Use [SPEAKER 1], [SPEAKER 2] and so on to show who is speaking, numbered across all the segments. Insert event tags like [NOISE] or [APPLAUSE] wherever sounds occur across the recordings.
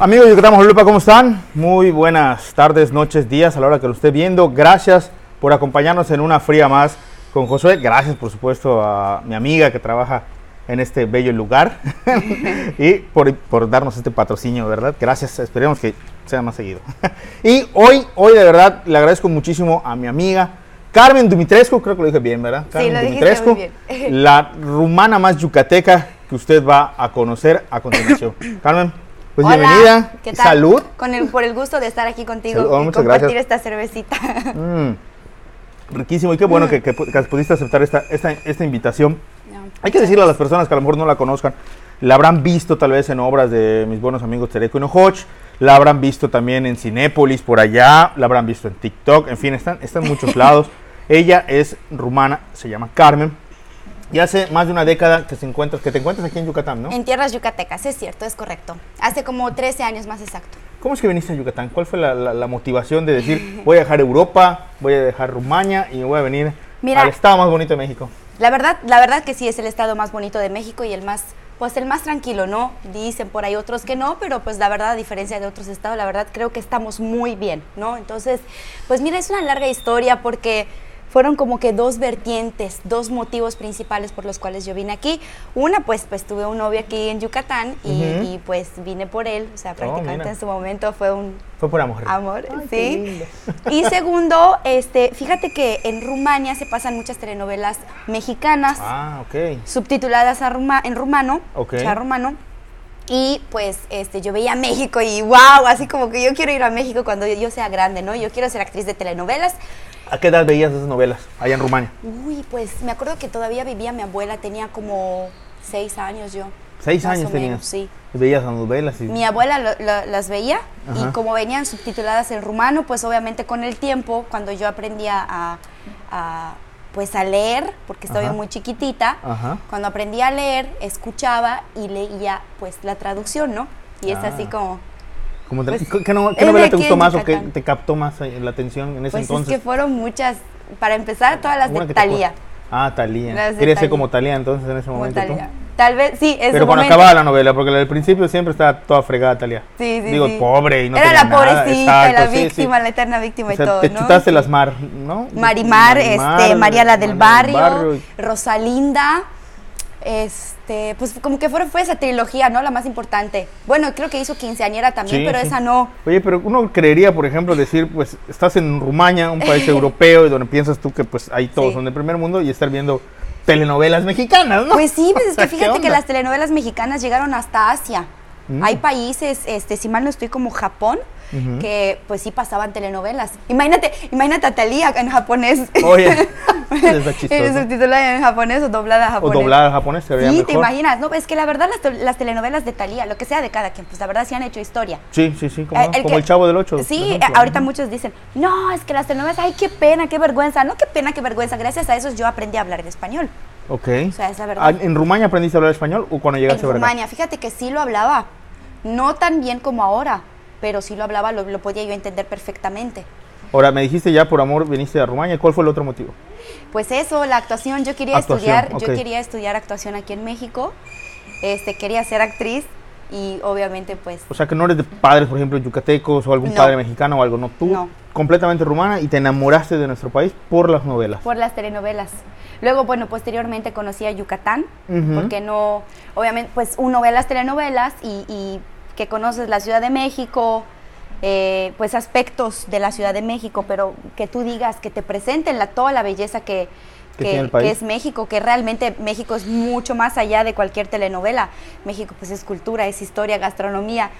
[SPEAKER 1] Amigos de Yucatán Lupa, ¿cómo están? Muy buenas tardes, noches, días, a la hora que lo esté viendo. Gracias por acompañarnos en una fría más con Josué. Gracias, por supuesto, a mi amiga que trabaja en este bello
[SPEAKER 2] [LAUGHS]
[SPEAKER 1] lugar y por, por darnos este patrocinio, ¿verdad? Gracias, esperemos que sea más seguido. [LAUGHS] y hoy, hoy de verdad, le agradezco muchísimo a mi amiga Carmen Dumitrescu, creo que lo dije bien, ¿verdad?
[SPEAKER 2] Sí,
[SPEAKER 1] Carmen
[SPEAKER 2] lo dijiste muy bien.
[SPEAKER 1] la rumana más yucateca que usted va a conocer a
[SPEAKER 2] [COUGHS]
[SPEAKER 1] continuación. Carmen, pues
[SPEAKER 2] Hola,
[SPEAKER 1] bienvenida.
[SPEAKER 2] ¿qué tal?
[SPEAKER 1] Salud.
[SPEAKER 2] Con el, por el gusto de estar aquí contigo
[SPEAKER 1] Salud. Oh,
[SPEAKER 2] y
[SPEAKER 1] muchas
[SPEAKER 2] compartir
[SPEAKER 1] gracias.
[SPEAKER 2] esta cervecita.
[SPEAKER 1] [LAUGHS] Mm, riquísimo y qué bueno que, que pu- que pudiste aceptar esta, esta, esta invitación. Hay que decirle a las personas que a lo mejor no la conozcan, la habrán visto tal vez en obras de mis buenos amigos Tereco y Nohoch, la habrán visto también en Cinépolis por allá, la habrán visto en TikTok, en fin, están, están en
[SPEAKER 2] [LAUGHS]
[SPEAKER 1] muchos lados. Ella es rumana, se llama Carmen, y hace más de una década que, se encuentras, que te encuentras aquí en Yucatán, ¿no?
[SPEAKER 2] En tierras yucatecas, es cierto, es correcto. Hace como 13 años más exacto.
[SPEAKER 1] ¿Cómo es que viniste a Yucatán? ¿Cuál fue la, la- la motivación de decir, voy a dejar Europa, voy a dejar Rumania y voy a venir
[SPEAKER 2] Mira.
[SPEAKER 1] al estado más bonito de México?
[SPEAKER 2] La verdad, la verdad que sí es el estado más bonito de México y el más, pues el más tranquilo, ¿no? Dicen por ahí otros que no, pero pues la verdad, a diferencia de otros estados, la verdad creo que estamos muy bien, ¿no? Entonces, pues mira, es una larga historia porque fueron como que dos vertientes, dos motivos principales por los cuales yo vine aquí. Una, pues, pues tuve un novio aquí en Yucatán y,
[SPEAKER 1] Ujú. Oh,
[SPEAKER 2] y, pues vine por él, o sea, prácticamente
[SPEAKER 1] mira.
[SPEAKER 2] en su momento fue un
[SPEAKER 1] Fue por amor.
[SPEAKER 2] amor, sí.
[SPEAKER 1] [LAUGHS]
[SPEAKER 2] Y segundo, este, fíjate que en Rumania se pasan muchas telenovelas mexicanas
[SPEAKER 1] Ah, ok.
[SPEAKER 2] subtituladas a ruma- en rumano,
[SPEAKER 1] Ok.
[SPEAKER 2] o sea, rumano. Y pues este, yo veía México y wow, así como que yo quiero ir a México cuando yo, yo sea grande, ¿no? Yo quiero ser actriz de telenovelas.
[SPEAKER 1] ¿A qué edad veías esas novelas allá en Rumania?
[SPEAKER 2] Uy, pues me acuerdo que todavía vivía mi abuela, tenía como seis años yo.
[SPEAKER 1] Seis
[SPEAKER 2] más
[SPEAKER 1] años
[SPEAKER 2] o
[SPEAKER 1] tenías.
[SPEAKER 2] menos, sí.
[SPEAKER 1] Y Veías las novelas y...
[SPEAKER 2] Mi abuela lo- lo- las veía
[SPEAKER 1] Ajá.
[SPEAKER 2] y como venían subtituladas en rumano, pues obviamente con el tiempo, cuando yo aprendía a, a, pues a leer, porque estaba
[SPEAKER 1] Ajá.
[SPEAKER 2] muy chiquitita,
[SPEAKER 1] Ajá.
[SPEAKER 2] cuando aprendí a leer, escuchaba y leía pues la traducción, ¿no? Y es
[SPEAKER 1] Ah.
[SPEAKER 2] así como,
[SPEAKER 1] Como te-
[SPEAKER 2] pues,
[SPEAKER 1] ¿y ¿Qué, qué no- qué
[SPEAKER 2] es de
[SPEAKER 1] novela te
[SPEAKER 2] aquí
[SPEAKER 1] gustó
[SPEAKER 2] en
[SPEAKER 1] más o que
[SPEAKER 2] Yucatán.
[SPEAKER 1] te captó más eh, la atención en ese
[SPEAKER 2] pues
[SPEAKER 1] entonces?
[SPEAKER 2] es que fueron muchas, para empezar, todas las
[SPEAKER 1] ¿Alguna
[SPEAKER 2] de
[SPEAKER 1] que te acuerdas?
[SPEAKER 2] Talía.
[SPEAKER 1] Ah, Talía.
[SPEAKER 2] Las de
[SPEAKER 1] Querías ser
[SPEAKER 2] Thalía.
[SPEAKER 1] como Talía entonces en ese
[SPEAKER 2] como
[SPEAKER 1] momento. tú.
[SPEAKER 2] Thalía. Tal vez, sí, es
[SPEAKER 1] Pero cuando acababa la novela, porque la del principio siempre estaba toda fregada Talía.
[SPEAKER 2] Sí, sí,
[SPEAKER 1] Digo,
[SPEAKER 2] sí.
[SPEAKER 1] pobre y no
[SPEAKER 2] Era
[SPEAKER 1] tenía
[SPEAKER 2] la
[SPEAKER 1] nada,
[SPEAKER 2] pobrecita, la
[SPEAKER 1] exacto, sí, sí.
[SPEAKER 2] víctima, la eterna víctima
[SPEAKER 1] O sea,
[SPEAKER 2] y todo,
[SPEAKER 1] te
[SPEAKER 2] ¿no?
[SPEAKER 1] chutaste
[SPEAKER 2] Sí.
[SPEAKER 1] las mar, ¿no?
[SPEAKER 2] Marimar, este, María la del
[SPEAKER 1] María
[SPEAKER 2] Barrio,
[SPEAKER 1] y-
[SPEAKER 2] Rosalinda, este, pues como que fueron, fue esa trilogía, ¿no? La más importante. Bueno, creo que hizo quinceañera también,
[SPEAKER 1] Sí,
[SPEAKER 2] pero
[SPEAKER 1] sí.
[SPEAKER 2] esa no.
[SPEAKER 1] Oye, pero uno creería, por ejemplo, decir, pues, estás en Rumania, un
[SPEAKER 2] [LAUGHS]
[SPEAKER 1] país europeo, y donde piensas tú que, pues, ahí todos
[SPEAKER 2] Sí.
[SPEAKER 1] son del primer mundo, y estar viendo telenovelas mexicanas, ¿no?
[SPEAKER 2] Pues sí, pues
[SPEAKER 1] [LAUGHS]
[SPEAKER 2] es
[SPEAKER 1] O sea,
[SPEAKER 2] que
[SPEAKER 1] ¿qué
[SPEAKER 2] fíjate
[SPEAKER 1] onda?
[SPEAKER 2] que las telenovelas mexicanas llegaron hasta Asia.
[SPEAKER 1] Mm.
[SPEAKER 2] Hay países, este, si mal no estoy, como Japón,
[SPEAKER 1] Ujú.
[SPEAKER 2] que pues sí pasaban telenovelas. Imagínate, imagínate a Thalía en japonés.
[SPEAKER 1] [LAUGHS]
[SPEAKER 2] [LAUGHS]
[SPEAKER 1] Oye, está
[SPEAKER 2] Eh,
[SPEAKER 1] chistoso.
[SPEAKER 2] subtitulada en japonés o doblada a
[SPEAKER 1] O
[SPEAKER 2] japonés.
[SPEAKER 1] doblada al japonés, se vería
[SPEAKER 2] Sí,
[SPEAKER 1] mejor.
[SPEAKER 2] te imaginas, no, es que la verdad las, tel- las telenovelas de Talía, lo que sea de cada quien, pues la verdad sí han hecho historia.
[SPEAKER 1] Sí, sí, sí, como,
[SPEAKER 2] Eh,
[SPEAKER 1] no, como
[SPEAKER 2] que-
[SPEAKER 1] el Chavo del Ocho. por
[SPEAKER 2] Sí,
[SPEAKER 1] ejemplo,
[SPEAKER 2] eh, ahorita
[SPEAKER 1] ¿no?
[SPEAKER 2] muchos dicen, no, es que las telenovelas, ay, qué pena, qué vergüenza, no, qué pena, qué vergüenza. Gracias a eso yo aprendí a hablar en español.
[SPEAKER 1] Ok.
[SPEAKER 2] O sea, es la verdad.
[SPEAKER 1] Ah, ¿En Rumania aprendiste a hablar español o cuando
[SPEAKER 2] En
[SPEAKER 1] llegaste a Braga?
[SPEAKER 2] Rumania, fíjate que sí lo hablaba, no tan bien como ahora, pero sí lo hablaba, lo, lo podía yo entender perfectamente.
[SPEAKER 1] Ahora, me dijiste ya, por amor, viniste a Rumania. ¿Cuál fue el otro motivo?
[SPEAKER 2] Pues eso, la actuación, yo quería
[SPEAKER 1] Actuación,
[SPEAKER 2] estudiar,
[SPEAKER 1] ok.
[SPEAKER 2] yo quería estudiar actuación aquí en México, este, quería ser actriz y obviamente pues
[SPEAKER 1] O sea, que no eres de padres, por ejemplo, yucatecos o algún
[SPEAKER 2] No.
[SPEAKER 1] padre mexicano o algo, no. Tú,
[SPEAKER 2] No.
[SPEAKER 1] completamente rumana y te enamoraste de nuestro país por las novelas.
[SPEAKER 2] por las telenovelas. Luego, bueno, posteriormente conocí a Yucatán,
[SPEAKER 1] Ujú.
[SPEAKER 2] porque no, obviamente, pues uno ve las telenovelas y, y que conoces la Ciudad de México, eh, pues aspectos de la Ciudad de México, pero que tú digas, que te presenten la, toda la belleza que,
[SPEAKER 1] Que tiene el país.
[SPEAKER 2] es México, que realmente México es mucho más allá de cualquier telenovela. México pues es cultura, es historia, gastronomía.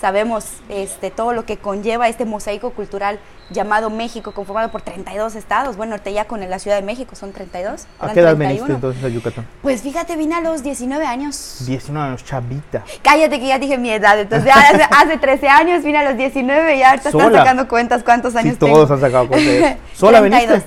[SPEAKER 2] Sabemos este, todo lo que conlleva este mosaico cultural llamado México, conformado por 32 estados. Bueno, ahorita ya con la Ciudad de México son 32.
[SPEAKER 1] ¿A
[SPEAKER 2] eran
[SPEAKER 1] qué edad
[SPEAKER 2] 31.
[SPEAKER 1] viniste entonces a Yucatán?
[SPEAKER 2] Pues fíjate, vine a los 19 años.
[SPEAKER 1] 19 años, chavita.
[SPEAKER 2] Cállate que ya dije mi edad, entonces ya hace, hace 13 años vine a los 19 y ahorita están
[SPEAKER 1] Sola.
[SPEAKER 2] sacando cuentas cuántos años
[SPEAKER 1] Sí, todos
[SPEAKER 2] tengo.
[SPEAKER 1] han sacado cuenta de
[SPEAKER 2] [LAUGHS]
[SPEAKER 1] eso. ¿Sola viniste?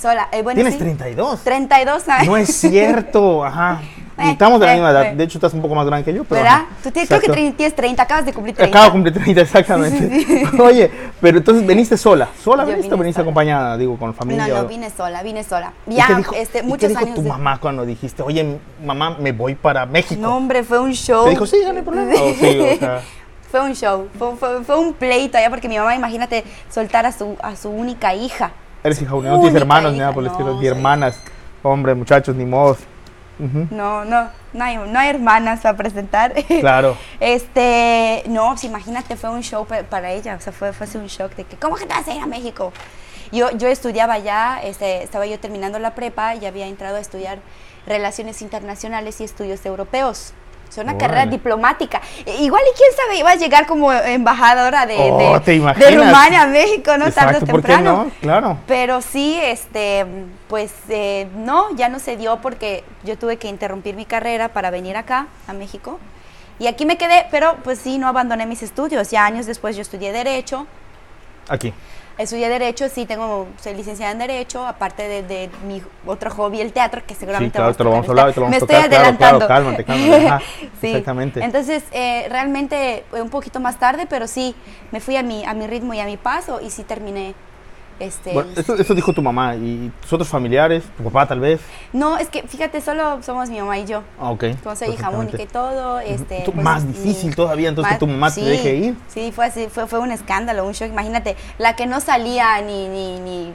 [SPEAKER 2] Sola. Eh, bueno,
[SPEAKER 1] Tienes
[SPEAKER 2] sí.
[SPEAKER 1] 32.
[SPEAKER 2] 32 [LAUGHS] años.
[SPEAKER 1] No es cierto, ajá.
[SPEAKER 2] Eh,
[SPEAKER 1] Y Estamos de la
[SPEAKER 2] eh,
[SPEAKER 1] misma edad.
[SPEAKER 2] eh.
[SPEAKER 1] De hecho, estás un poco más grande que yo, pero.
[SPEAKER 2] ¿Verdad?
[SPEAKER 1] ajá.
[SPEAKER 2] Tú tienes, creo que
[SPEAKER 1] Exacto.
[SPEAKER 2] tre- tienes 30, acabas de cumplir 30.
[SPEAKER 1] Acabo de cumplir 30, exactamente. [LAUGHS] Oye, pero entonces viniste sola. ¿Sola
[SPEAKER 2] Yo
[SPEAKER 1] viniste o
[SPEAKER 2] vine
[SPEAKER 1] viniste
[SPEAKER 2] sola.
[SPEAKER 1] acompañada, digo, con familia?
[SPEAKER 2] No,
[SPEAKER 1] o
[SPEAKER 2] no,
[SPEAKER 1] algo?
[SPEAKER 2] vine sola, vine sola.
[SPEAKER 1] ¿Y
[SPEAKER 2] Ya,
[SPEAKER 1] qué dijo, y
[SPEAKER 2] este,
[SPEAKER 1] qué
[SPEAKER 2] muchos
[SPEAKER 1] dijo
[SPEAKER 2] años.
[SPEAKER 1] tu
[SPEAKER 2] de-
[SPEAKER 1] mamá cuando dijiste, oye, mamá, me voy para México?
[SPEAKER 2] No, hombre, fue un show. [LAUGHS]
[SPEAKER 1] Te dijo, Oh. sí, no hay problema. O sí, o sea,
[SPEAKER 2] fue un show, fue, fue- fue un pleito allá porque mi mamá, imagínate, soltar a su, a su única hija.
[SPEAKER 1] Eres hija única, no tienes
[SPEAKER 2] Única
[SPEAKER 1] hermanos ni
[SPEAKER 2] hija,
[SPEAKER 1] nada por el
[SPEAKER 2] no,
[SPEAKER 1] estilo, ni
[SPEAKER 2] soy-
[SPEAKER 1] hermanas. Hombre, muchachos, ni modo. Ujú,
[SPEAKER 2] No, no, no hay, no hay hermanas a presentar. [LAUGHS]
[SPEAKER 1] Claro.
[SPEAKER 2] Este, no, pues imagínate, fue un show pa- para ella, o sea, fue, fue así un shock de que, ¿cómo que te vas a ir a México? Yo, yo estudiaba ya, este, estaba yo terminando la prepa y había entrado a estudiar Relaciones Internacionales y Estudios Europeos. Es una carrera
[SPEAKER 1] Órale.
[SPEAKER 2] diplomática. E- Igual, y quién sabe, iba a llegar como embajadora de, de-
[SPEAKER 1] Oh, ¿te
[SPEAKER 2] de
[SPEAKER 1] imaginas?
[SPEAKER 2] Rumania a México, ¿no? Tarde o
[SPEAKER 1] Exacto, ¿por qué
[SPEAKER 2] temprano.
[SPEAKER 1] no? Claro.
[SPEAKER 2] Pero sí, este, pues eh, no, ya no se dio porque yo tuve que interrumpir mi carrera para venir acá, a México. Y aquí me quedé, pero pues sí, no abandoné mis estudios. Ya años después yo estudié Derecho.
[SPEAKER 1] Aquí.
[SPEAKER 2] Estudié Derecho, sí, tengo, soy licenciada en Derecho, aparte de, de mi otro hobby, el teatro, que seguramente
[SPEAKER 1] claro, te lo vamos a hablar y te lo
[SPEAKER 2] Me
[SPEAKER 1] vamos a
[SPEAKER 2] estoy
[SPEAKER 1] tocar, claro, claro, cálmate,
[SPEAKER 2] adelantando.
[SPEAKER 1] cálmate, ajá,
[SPEAKER 2] [LAUGHS]
[SPEAKER 1] exactamente.
[SPEAKER 2] Entonces, eh, realmente fue un poquito más tarde, pero sí, me fui a mi, a mi ritmo y a mi paso y sí terminé. Este,
[SPEAKER 1] Bueno, esto, esto dijo tu mamá y tus otros familiares, tu papá tal vez.
[SPEAKER 2] No, es que fíjate, solo somos mi mamá y yo.
[SPEAKER 1] Ah, ok.
[SPEAKER 2] Como soy hija
[SPEAKER 1] perfectamente.
[SPEAKER 2] única y todo, este,
[SPEAKER 1] Tú, más
[SPEAKER 2] mi-
[SPEAKER 1] difícil todavía, entonces, que tu mamá te deje ir.
[SPEAKER 2] Sí, fue así, fue, fue un escándalo, un shock. Imagínate, la que no salía ni, ni, ni,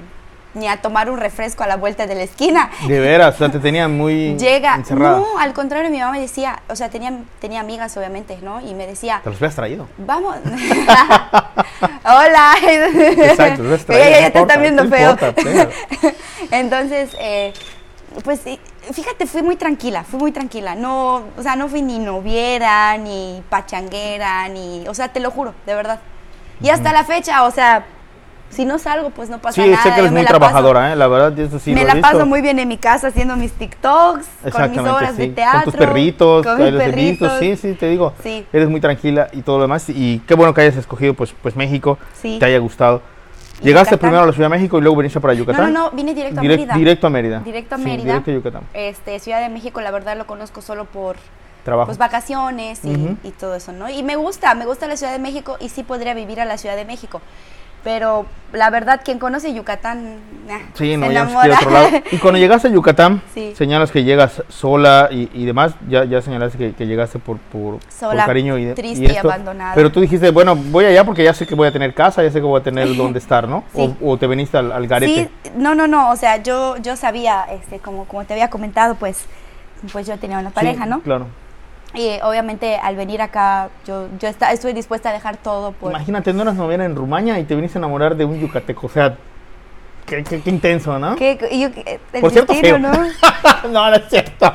[SPEAKER 2] ni a tomar un refresco a la vuelta de la esquina.
[SPEAKER 1] De veras, o sea, te tenían muy
[SPEAKER 2] Llega,
[SPEAKER 1] encerrada.
[SPEAKER 2] no, al contrario, mi mamá me decía, o sea, tenía, tenía amigas obviamente, ¿no? Y me decía,
[SPEAKER 1] Te los habías traído. [LAUGHS]
[SPEAKER 2] vamos, hola.
[SPEAKER 1] Exacto, te los habías
[SPEAKER 2] [LAUGHS] Pero ya,
[SPEAKER 1] traído.
[SPEAKER 2] ya,
[SPEAKER 1] no
[SPEAKER 2] ya te
[SPEAKER 1] importa,
[SPEAKER 2] están viendo
[SPEAKER 1] no
[SPEAKER 2] feo.
[SPEAKER 1] importa, pero-
[SPEAKER 2] [LAUGHS] Entonces, eh, pues sí, fíjate, fui muy tranquila, fui muy tranquila. No, o sea, no fui ni noviera, ni pachanguera, ni, o sea, te lo juro, de verdad. Y hasta la fecha, o sea, si no salgo, pues no pasa
[SPEAKER 1] Sí,
[SPEAKER 2] nada.
[SPEAKER 1] sé que
[SPEAKER 2] yo
[SPEAKER 1] eres
[SPEAKER 2] me
[SPEAKER 1] muy
[SPEAKER 2] la paso-
[SPEAKER 1] trabajadora, ¿eh? La verdad, eso sí
[SPEAKER 2] me
[SPEAKER 1] lo he
[SPEAKER 2] la
[SPEAKER 1] visto.
[SPEAKER 2] paso muy bien en mi casa haciendo mis TikToks, con mis
[SPEAKER 1] Exactamente,
[SPEAKER 2] obras de
[SPEAKER 1] sí.
[SPEAKER 2] teatro.
[SPEAKER 1] Con tus perritos,
[SPEAKER 2] con
[SPEAKER 1] ahí
[SPEAKER 2] mis
[SPEAKER 1] los he visto,
[SPEAKER 2] perritos.
[SPEAKER 1] Sí, sí, te digo.
[SPEAKER 2] Sí.
[SPEAKER 1] Eres muy tranquila y todo lo demás. Y qué bueno que hayas escogido pues, pues México,
[SPEAKER 2] Sí.
[SPEAKER 1] te haya gustado.
[SPEAKER 2] Y
[SPEAKER 1] Llegaste
[SPEAKER 2] Yucatán.
[SPEAKER 1] primero a la Ciudad de México y luego viniste para Yucatán.
[SPEAKER 2] No, no, no, vine directo a
[SPEAKER 1] Direct-
[SPEAKER 2] Mérida.
[SPEAKER 1] Directo a Mérida.
[SPEAKER 2] Directo a
[SPEAKER 1] Sí,
[SPEAKER 2] Mérida.
[SPEAKER 1] directo a Yucatán.
[SPEAKER 2] Este, Ciudad de México, la verdad lo conozco solo por
[SPEAKER 1] Trabajo.
[SPEAKER 2] pues, vacaciones y,
[SPEAKER 1] Ujú.
[SPEAKER 2] y todo eso, ¿no? Y me gusta, me gusta la Ciudad de México y sí podría vivir a la Ciudad de México. Pero la verdad, quien conoce Yucatán, nah,
[SPEAKER 1] Sí, no,
[SPEAKER 2] se
[SPEAKER 1] ya no se quiere
[SPEAKER 2] enamora.
[SPEAKER 1] otro
[SPEAKER 2] [LAUGHS]
[SPEAKER 1] lado. Y cuando llegaste a Yucatán,
[SPEAKER 2] Sí.
[SPEAKER 1] señalas que llegas sola y, y demás. Ya, ya señalaste que, que llegaste por, por, por
[SPEAKER 2] Sola,
[SPEAKER 1] cariño y de-
[SPEAKER 2] triste
[SPEAKER 1] y
[SPEAKER 2] y
[SPEAKER 1] esto.
[SPEAKER 2] abandonada.
[SPEAKER 1] Pero tú dijiste, bueno, voy allá porque ya sé que voy a tener casa, ya sé que voy a tener dónde estar, ¿no?
[SPEAKER 2] Sí.
[SPEAKER 1] O, o te viniste al, al garete.
[SPEAKER 2] Sí, no, no, no, o sea, yo, yo sabía, este, como, como te había comentado, pues, pues yo tenía una pareja,
[SPEAKER 1] Sí,
[SPEAKER 2] ¿no?
[SPEAKER 1] Claro.
[SPEAKER 2] Y eh, obviamente al venir acá, yo, yo esta- estoy dispuesta a dejar todo por...
[SPEAKER 1] Imagínate, no eras noviera en Rumania y te viniste a enamorar de un yucateco. O sea, qué, qué- qué intenso, ¿no?
[SPEAKER 2] ¿Qué? Y yo- eh, el
[SPEAKER 1] Por cierto,
[SPEAKER 2] destino,
[SPEAKER 1] feo. [LAUGHS]
[SPEAKER 2] ¿no?
[SPEAKER 1] no, no es cierto.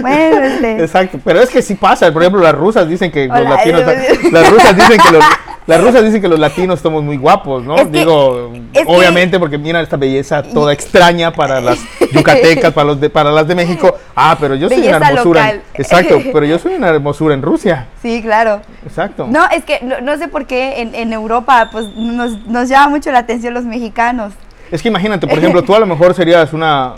[SPEAKER 2] Bueno, este...
[SPEAKER 1] Exacto, pero [LAUGHS] es que sí pasa. Por ejemplo, las rusas dicen que los
[SPEAKER 2] Hola, [LAUGHS]
[SPEAKER 1] latinos.
[SPEAKER 2] eh,
[SPEAKER 1] Las rusas dicen que los. Las rusas dicen que los latinos somos muy guapos, ¿no?
[SPEAKER 2] Es que-
[SPEAKER 1] Digo,
[SPEAKER 2] es que-
[SPEAKER 1] obviamente, porque mira esta belleza toda extraña para las yucatecas, para, los de, para las de México. Ah, pero yo soy una
[SPEAKER 2] Belleza
[SPEAKER 1] hermosura.
[SPEAKER 2] local. [LAUGHS]
[SPEAKER 1] Exacto, pero yo soy una hermosura en Rusia.
[SPEAKER 2] Sí, claro.
[SPEAKER 1] Exacto.
[SPEAKER 2] No, es que no, no sé por qué en, en Europa pues nos, nos llama mucho la atención los mexicanos.
[SPEAKER 1] Es que imagínate, por ejemplo, tú a lo mejor serías una,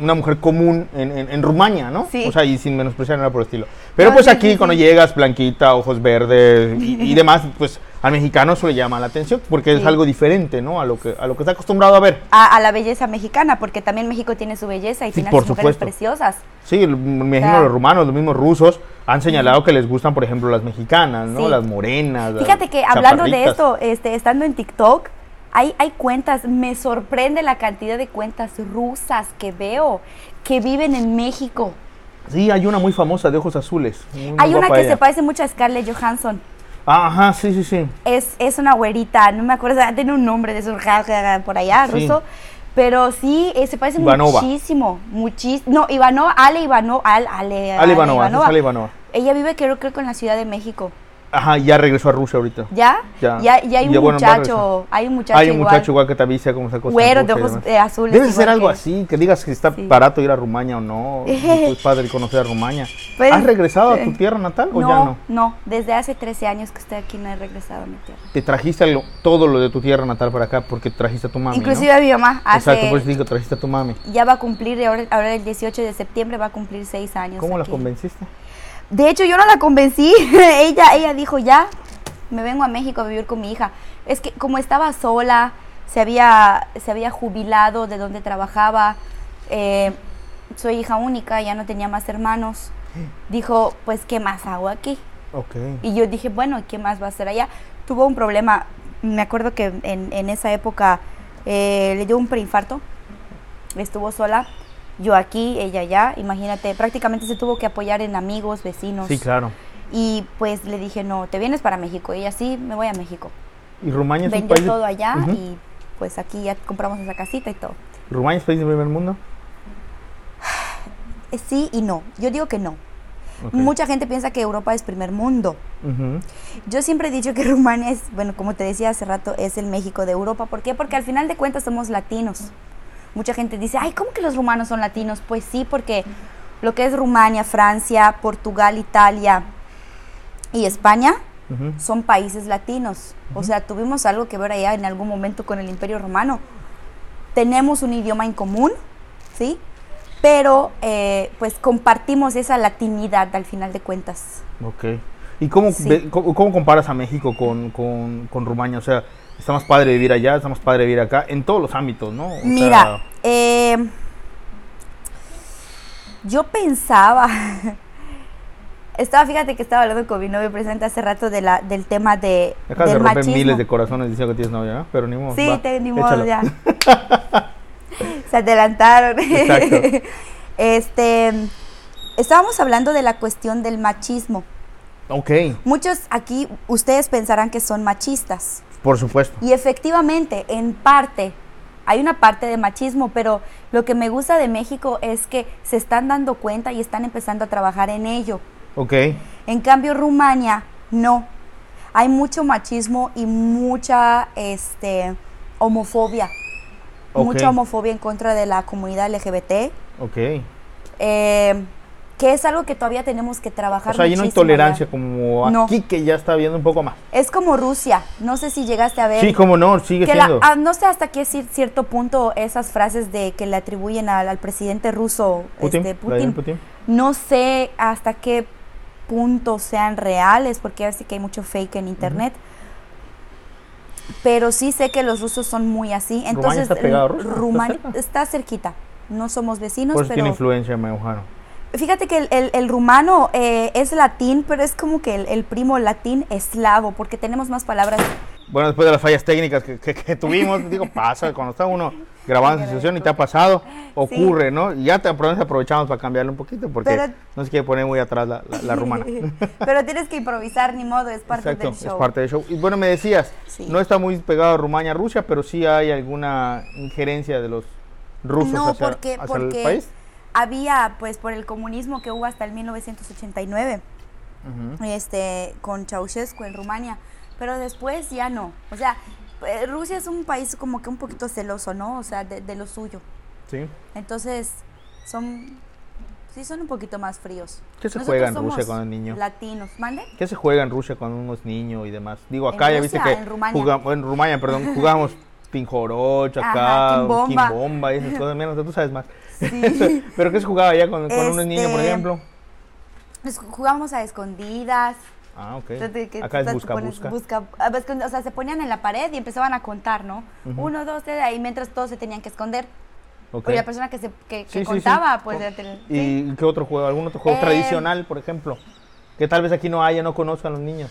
[SPEAKER 1] una mujer común en, en, en Rumania, ¿no?
[SPEAKER 2] Sí.
[SPEAKER 1] O sea, y sin menospreciar nada por el estilo. Pero
[SPEAKER 2] No,
[SPEAKER 1] pues
[SPEAKER 2] sí,
[SPEAKER 1] aquí,
[SPEAKER 2] sí,
[SPEAKER 1] cuando
[SPEAKER 2] sí.
[SPEAKER 1] llegas, blanquita, ojos verdes y, y demás, pues al mexicano eso le llama la atención porque es
[SPEAKER 2] Sí.
[SPEAKER 1] algo diferente, ¿no? A lo que, a lo que está acostumbrado a ver.
[SPEAKER 2] A, a la belleza mexicana, porque también México tiene su belleza y
[SPEAKER 1] Sí,
[SPEAKER 2] tiene a
[SPEAKER 1] por
[SPEAKER 2] sus mujeres
[SPEAKER 1] supuesto.
[SPEAKER 2] preciosas.
[SPEAKER 1] Sí, el- me imagino
[SPEAKER 2] Claro.
[SPEAKER 1] los rumanos, los mismos rusos, han señalado que les gustan, por ejemplo, las mexicanas, ¿no?
[SPEAKER 2] Sí.
[SPEAKER 1] Las morenas. las
[SPEAKER 2] Fíjate que hablando de
[SPEAKER 1] chaparritas.
[SPEAKER 2] esto, este, estando en TikTok, hay, hay cuentas, me sorprende la cantidad de cuentas rusas que veo que viven en México.
[SPEAKER 1] Sí, hay una muy famosa de ojos azules. muy- muy
[SPEAKER 2] hay una
[SPEAKER 1] guapa
[SPEAKER 2] que
[SPEAKER 1] ella. Ah,
[SPEAKER 2] se parece mucho a Scarlett Johansson.
[SPEAKER 1] Ajá, sí, sí, sí.
[SPEAKER 2] es, es una güerita, no me acuerdo, tiene un nombre de esos por allá,
[SPEAKER 1] Sí.
[SPEAKER 2] ruso. Pero sí, eh, se parece
[SPEAKER 1] Ivanova.
[SPEAKER 2] muchísimo, muchísimo. No, Ivanova, Ale Ivanova, Al- Ale,
[SPEAKER 1] Ale Ivanova, esa es Ale Ivanova.
[SPEAKER 2] Ella vive creo, creo que en la Ciudad de México.
[SPEAKER 1] Ajá, ya regresó a Rusia ahorita.
[SPEAKER 2] ¿Ya?
[SPEAKER 1] Ya.
[SPEAKER 2] Y, hay- y hay un
[SPEAKER 1] Ya, bueno, va a
[SPEAKER 2] muchacho, hay un muchacho
[SPEAKER 1] Hay un
[SPEAKER 2] igual.
[SPEAKER 1] muchacho igual que te avisa cómo se cosa.
[SPEAKER 2] Güero,
[SPEAKER 1] rusa
[SPEAKER 2] de
[SPEAKER 1] y
[SPEAKER 2] ojos,
[SPEAKER 1] demás.
[SPEAKER 2] eh, azules,
[SPEAKER 1] Debe
[SPEAKER 2] igual
[SPEAKER 1] ser algo
[SPEAKER 2] que-
[SPEAKER 1] así, que digas que está
[SPEAKER 2] Sí.
[SPEAKER 1] barato ir a Rumania o
[SPEAKER 2] [LAUGHS]
[SPEAKER 1] no. Es padre conocer a Rumania.
[SPEAKER 2] Pues,
[SPEAKER 1] ¿Has regresado a tu
[SPEAKER 2] eh,
[SPEAKER 1] tierra natal o
[SPEAKER 2] no,
[SPEAKER 1] ya no?
[SPEAKER 2] desde hace 13 años que estoy aquí no he regresado a mi tierra.
[SPEAKER 1] Te trajiste algo- todo lo de tu tierra natal para acá porque trajiste a tu mami.
[SPEAKER 2] Inclusive a mi mamá
[SPEAKER 1] ¿no?
[SPEAKER 2] hace,
[SPEAKER 1] Ah, Exacto, pues por eso digo, trajiste a tu mami.
[SPEAKER 2] ya va a cumplir, ahora, ahora el 18 de septiembre va a cumplir 6 años
[SPEAKER 1] ¿Cómo la
[SPEAKER 2] aquí.
[SPEAKER 1] convenciste?
[SPEAKER 2] De hecho, yo no la convencí. [LAUGHS] ella, ella dijo, ya, me vengo a México a vivir con mi hija. Es que como estaba sola, se había, se había jubilado de donde trabajaba, eh, soy hija única, ya no tenía más hermanos. Dijo, pues, ¿qué más hago aquí?
[SPEAKER 1] Ok.
[SPEAKER 2] Y yo dije, bueno, ¿y ¿qué más va a hacer allá? Tuvo un problema, me acuerdo que en, en esa época eh, le dio un preinfarto, estuvo sola, yo aquí, ella allá, imagínate, prácticamente se tuvo que apoyar en amigos, vecinos.
[SPEAKER 1] Sí, claro.
[SPEAKER 2] Y pues le dije, no, te vienes para México. Y ella, sí, me voy a México.
[SPEAKER 1] Y Rumania es un
[SPEAKER 2] Vendió
[SPEAKER 1] país.
[SPEAKER 2] todo allá
[SPEAKER 1] Ujú.
[SPEAKER 2] y pues aquí ya compramos esa casita y todo.
[SPEAKER 1] Rumania es país de primer mundo.
[SPEAKER 2] Eh, Sí y no, yo digo que no.
[SPEAKER 1] Ok.
[SPEAKER 2] Mucha gente piensa que Europa es primer mundo.
[SPEAKER 1] Ujú.
[SPEAKER 2] Yo siempre he dicho que [LAUGHS] Rumania es, bueno, como te decía hace rato, es el México de Europa. ¿Por qué? Porque al final de cuentas somos latinos. Mucha gente dice, ay, ¿cómo que los rumanos son latinos? Pues sí, porque lo que es Rumania, Francia, Portugal, Italia y España
[SPEAKER 1] Ujú.
[SPEAKER 2] son países latinos. O sea, tuvimos algo que ver allá en algún momento con el Imperio Romano. Tenemos un idioma en común, ¿sí? Pero eh, pues compartimos esa latinidad al final de cuentas.
[SPEAKER 1] Ok. ¿Y cómo,
[SPEAKER 2] Sí.
[SPEAKER 1] ve- cómo, cómo comparas a México con, con, con Rumania? O sea, está más padre vivir allá, está más padre vivir acá, en todos los ámbitos, ¿no? O sea,
[SPEAKER 2] Mira, eh, yo pensaba, [LAUGHS] estaba, fíjate que estaba hablando con mi novio presente hace rato de la, del tema de,
[SPEAKER 1] acabas de
[SPEAKER 2] del
[SPEAKER 1] romper
[SPEAKER 2] machismo.
[SPEAKER 1] miles de corazones diciendo que tienes novia, ¿no? Pero ni modo.
[SPEAKER 2] Sí,
[SPEAKER 1] va,
[SPEAKER 2] te, ni modo,
[SPEAKER 1] échalo. [LAUGHS]
[SPEAKER 2] ya. Se adelantaron.
[SPEAKER 1] Exacto.
[SPEAKER 2] [LAUGHS] este, estábamos hablando de la cuestión del machismo.
[SPEAKER 1] Ok,
[SPEAKER 2] Muchos aquí, ustedes pensarán que son machistas.
[SPEAKER 1] por supuesto.
[SPEAKER 2] Y efectivamente, en parte, hay una parte de machismo, pero lo que me gusta de México es que se están dando cuenta y están empezando a trabajar en ello.
[SPEAKER 1] Ok,
[SPEAKER 2] En cambio, Rumania, no. Hay mucho machismo y mucha este, homofobia.
[SPEAKER 1] Ok.
[SPEAKER 2] Mucha homofobia en contra de la comunidad LGBT,
[SPEAKER 1] ok.
[SPEAKER 2] eh, que es algo que todavía tenemos que trabajar.
[SPEAKER 1] O sea, hay una
[SPEAKER 2] muchísimo
[SPEAKER 1] intolerancia
[SPEAKER 2] allá.
[SPEAKER 1] como
[SPEAKER 2] No.
[SPEAKER 1] aquí que ya está viendo un poco más.
[SPEAKER 2] Es como Rusia, no sé si llegaste a ver.
[SPEAKER 1] Sí, cómo no, sigue
[SPEAKER 2] Eh, que la-
[SPEAKER 1] siendo.
[SPEAKER 2] ah, no sé hasta qué cier- cierto punto esas frases de que le atribuyen al, al presidente ruso
[SPEAKER 1] Putin,
[SPEAKER 2] este,
[SPEAKER 1] Vladimir
[SPEAKER 2] Putin,
[SPEAKER 1] Putin.
[SPEAKER 2] No sé hasta qué punto sean reales, porque ya sé que hay mucho fake en internet. Pero sí sé que los rusos son muy así. Entonces,
[SPEAKER 1] está pegado a Rusia, está
[SPEAKER 2] Rumania
[SPEAKER 1] cerca.
[SPEAKER 2] está cerquita. No somos vecinos,
[SPEAKER 1] Por eso tiene
[SPEAKER 2] pero...
[SPEAKER 1] influencia, me ojano.
[SPEAKER 2] Fíjate que el, el- el rumano eh, es latín, pero es como que el, el primo latín eslavo, porque tenemos más palabras.
[SPEAKER 1] Bueno, después de las fallas técnicas que, que- que tuvimos, [LAUGHS] digo, pasa, cuando está uno grabando en sesión y te ha pasado, ocurre, ¿no? Y ya te apro- aprovechamos para cambiarle un poquito porque
[SPEAKER 2] Pero-
[SPEAKER 1] no se quiere poner muy atrás la, la- la
[SPEAKER 2] [LAUGHS]
[SPEAKER 1] rumana. [LAUGHS]
[SPEAKER 2] pero tienes que improvisar, ni modo, es parte
[SPEAKER 1] Exacto,
[SPEAKER 2] del show.
[SPEAKER 1] es parte del show. Y bueno, me decías,
[SPEAKER 2] Sí.
[SPEAKER 1] no está muy pegado a Rumania, Rusia, pero sí hay alguna injerencia de los rusos
[SPEAKER 2] no,
[SPEAKER 1] hacia,
[SPEAKER 2] porque,
[SPEAKER 1] hacia el
[SPEAKER 2] porque
[SPEAKER 1] país.
[SPEAKER 2] había, pues, por el comunismo que hubo hasta el 1989,
[SPEAKER 1] Ujú.
[SPEAKER 2] este, con Ceausescu en Rumania, pero después ya no. O sea, eh, Rusia es un país como que un poquito celoso, ¿no? O sea, de, de lo suyo.
[SPEAKER 1] Sí.
[SPEAKER 2] Entonces, son, sí son un poquito más fríos.
[SPEAKER 1] ¿Qué se
[SPEAKER 2] Nosotros
[SPEAKER 1] juega en Rusia
[SPEAKER 2] somos
[SPEAKER 1] cuando es niño?
[SPEAKER 2] Latinos, ¿mande?
[SPEAKER 1] ¿Qué se juega en Rusia cuando uno es niño y demás? Digo,
[SPEAKER 2] En
[SPEAKER 1] acá ya viste
[SPEAKER 2] Rusia,
[SPEAKER 1] que
[SPEAKER 2] en Rumania.
[SPEAKER 1] jugam- en Rumania,
[SPEAKER 2] [LAUGHS]
[SPEAKER 1] perdón, jugamos tinjorocha
[SPEAKER 2] Ajá,
[SPEAKER 1] acá,
[SPEAKER 2] quimbomba.
[SPEAKER 1] quimbomba y esas cosas, menos tú sabes más.
[SPEAKER 2] Sí.
[SPEAKER 1] [LAUGHS] Pero ¿qué se jugaba allá cuando, cuando uno es niño, por
[SPEAKER 2] Este,
[SPEAKER 1] ejemplo?
[SPEAKER 2] Nos jugamos a escondidas.
[SPEAKER 1] Ah, ok.
[SPEAKER 2] Entonces, que
[SPEAKER 1] Acá
[SPEAKER 2] tú
[SPEAKER 1] es
[SPEAKER 2] te
[SPEAKER 1] busca,
[SPEAKER 2] pones
[SPEAKER 1] busca.
[SPEAKER 2] busca- a veces cuando- o sea, se ponían en la pared y empezaban a contar, ¿no?
[SPEAKER 1] Ujú.
[SPEAKER 2] Uno, dos, tres, ahí mientras todos se tenían que esconder.
[SPEAKER 1] Ok.
[SPEAKER 2] O la persona que, se, que, que
[SPEAKER 1] Sí, sí, sí.
[SPEAKER 2] contaba, pues...
[SPEAKER 1] Co-
[SPEAKER 2] ya te- sí.
[SPEAKER 1] ¿Y qué otro juego? ¿Algún otro juego
[SPEAKER 2] Eh,
[SPEAKER 1] tradicional, por ejemplo? Que tal vez aquí no haya, no conozcan los niños.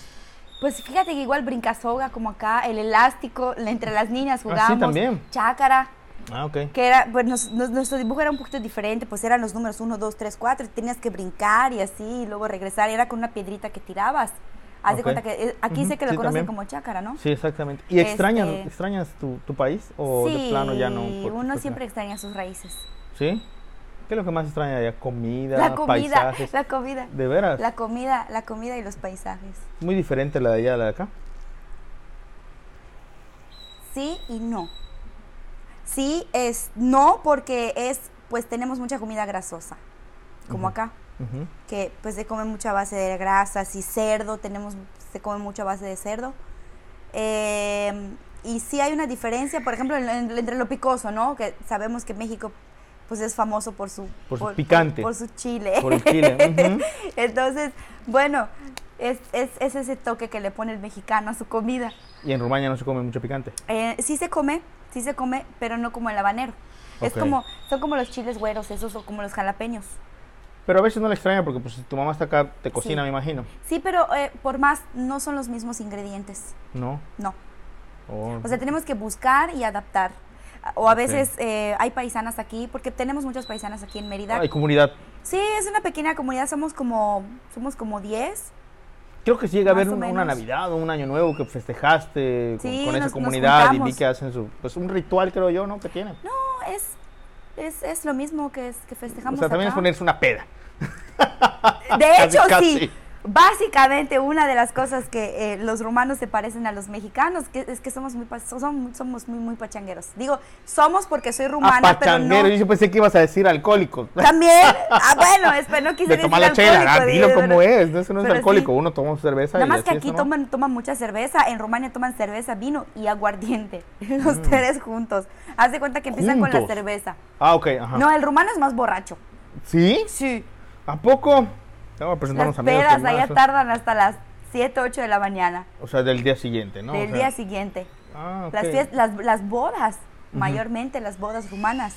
[SPEAKER 2] Pues fíjate que igual brincasoga, como acá, el elástico, la- entre las niñas jugábamos.
[SPEAKER 1] Ah, también.
[SPEAKER 2] Chácara,
[SPEAKER 1] Ah, ok.
[SPEAKER 2] que era, pues nos- nos- nuestro dibujo era un poquito diferente, pues eran los números 1, 2, 3, 4, y tenías que brincar y así, y luego regresar, y era con una piedrita que tirabas. Haz de
[SPEAKER 1] Ok.
[SPEAKER 2] cuenta que eh, aquí
[SPEAKER 1] Ujú,
[SPEAKER 2] sé que lo
[SPEAKER 1] sí, también.
[SPEAKER 2] conocen como chácara, ¿no?
[SPEAKER 1] Sí, exactamente. ¿Y extrañas,
[SPEAKER 2] Este-
[SPEAKER 1] extrañas tu, tu país o de plano ya no?
[SPEAKER 2] Sí,
[SPEAKER 1] por-
[SPEAKER 2] uno
[SPEAKER 1] por-
[SPEAKER 2] siempre extraña sus raíces.
[SPEAKER 1] ¿Sí? ¿Qué es lo que más extraña de allá? Comida,
[SPEAKER 2] La comida,
[SPEAKER 1] paisajes.
[SPEAKER 2] la comida.
[SPEAKER 1] ¿De veras?
[SPEAKER 2] La comida, la comida y los paisajes.
[SPEAKER 1] Muy diferente la de allá a la de acá.
[SPEAKER 2] Sí y no. Sí es no porque es pues tenemos mucha comida grasosa, como
[SPEAKER 1] Ujú.
[SPEAKER 2] acá,
[SPEAKER 1] Ujú.
[SPEAKER 2] que pues se come mucha base de grasas y cerdo, tenemos se come mucha base de cerdo. Eh, y sí hay una diferencia, por ejemplo, en- en- entre lo picoso, ¿no? Que sabemos que México pues es famoso por su
[SPEAKER 1] Por su picante.
[SPEAKER 2] por, su chile.
[SPEAKER 1] Por el chile. ujú.
[SPEAKER 2] [LAUGHS] Entonces, bueno, es, es, es ese toque que le pone el mexicano a su comida.
[SPEAKER 1] Y en Rumania no se come mucho picante.
[SPEAKER 2] Eh, sí se come, sí se come, pero no como el habanero. Es
[SPEAKER 1] Ok.
[SPEAKER 2] como, son como los chiles güeros, esos o como los jalapeños.
[SPEAKER 1] Pero a veces no le extraña porque pues tu mamá está acá, te cocina, me imagino.
[SPEAKER 2] Sí, pero eh, por más, no son los mismos ingredientes.
[SPEAKER 1] No.
[SPEAKER 2] No.
[SPEAKER 1] Oh.
[SPEAKER 2] O sea, tenemos que buscar y adaptar. O a
[SPEAKER 1] Ok.
[SPEAKER 2] veces eh, hay paisanas aquí, porque tenemos muchas paisanas aquí en Mérida.
[SPEAKER 1] Ay, comunidad.
[SPEAKER 2] Sí, es una pequeña comunidad, somos como somos como 10.
[SPEAKER 1] Creo que sí llega a haber
[SPEAKER 2] Más o
[SPEAKER 1] una, una
[SPEAKER 2] menos.
[SPEAKER 1] Navidad o un Año Nuevo que festejaste con,
[SPEAKER 2] Sí,
[SPEAKER 1] con esa
[SPEAKER 2] nos- nos
[SPEAKER 1] comunidad y vi
[SPEAKER 2] juntamos.
[SPEAKER 1] que hacen su, pues un ritual, creo yo, ¿no? Que tienen.
[SPEAKER 2] No, es, es, es lo mismo que, es- que festejamos
[SPEAKER 1] o sea, también
[SPEAKER 2] acá.
[SPEAKER 1] es ponerse una peda.
[SPEAKER 2] De hecho,
[SPEAKER 1] [LAUGHS] casi.
[SPEAKER 2] sí. Básicamente una de las cosas que eh, los rumanos se parecen a los mexicanos que, es que somos muy pa- so- son- somos muy muy pachangueros. Digo, somos porque soy
[SPEAKER 1] Ah,
[SPEAKER 2] rumana, pero
[SPEAKER 1] pachanguero.
[SPEAKER 2] no.
[SPEAKER 1] Yo pensé que ibas a decir alcohólico.
[SPEAKER 2] También, ah, bueno, espero no quise
[SPEAKER 1] De
[SPEAKER 2] decir
[SPEAKER 1] tomar la chela.
[SPEAKER 2] alcohólico,
[SPEAKER 1] Ah,
[SPEAKER 2] de-
[SPEAKER 1] dilo
[SPEAKER 2] de-
[SPEAKER 1] como es. No, Eso no es
[SPEAKER 2] pero sí.
[SPEAKER 1] alcohólico. Uno toma su cerveza
[SPEAKER 2] Nada
[SPEAKER 1] y
[SPEAKER 2] más
[SPEAKER 1] así
[SPEAKER 2] que
[SPEAKER 1] es,
[SPEAKER 2] aquí
[SPEAKER 1] ¿no?
[SPEAKER 2] toman, toman mucha cerveza, en Rumania toman cerveza, vino y aguardiente, [LAUGHS] los tres juntos. Haz de cuenta que empiezan con la
[SPEAKER 1] Mm. Juntos.
[SPEAKER 2] cerveza.
[SPEAKER 1] Ah, ok, ajá.
[SPEAKER 2] No, el rumano es más borracho.
[SPEAKER 1] ¿Sí?
[SPEAKER 2] Sí.
[SPEAKER 1] ¿A poco? Te voy a presentar a
[SPEAKER 2] Las
[SPEAKER 1] unos amigos. que
[SPEAKER 2] pedas allá
[SPEAKER 1] más-
[SPEAKER 2] tardan hasta las 7, 8 de la mañana
[SPEAKER 1] O sea, del día siguiente, ¿no?
[SPEAKER 2] del
[SPEAKER 1] O sea,
[SPEAKER 2] día siguiente.
[SPEAKER 1] Ah, ok.
[SPEAKER 2] Las, fies- las, las bodas, mayormente las bodas rumanas,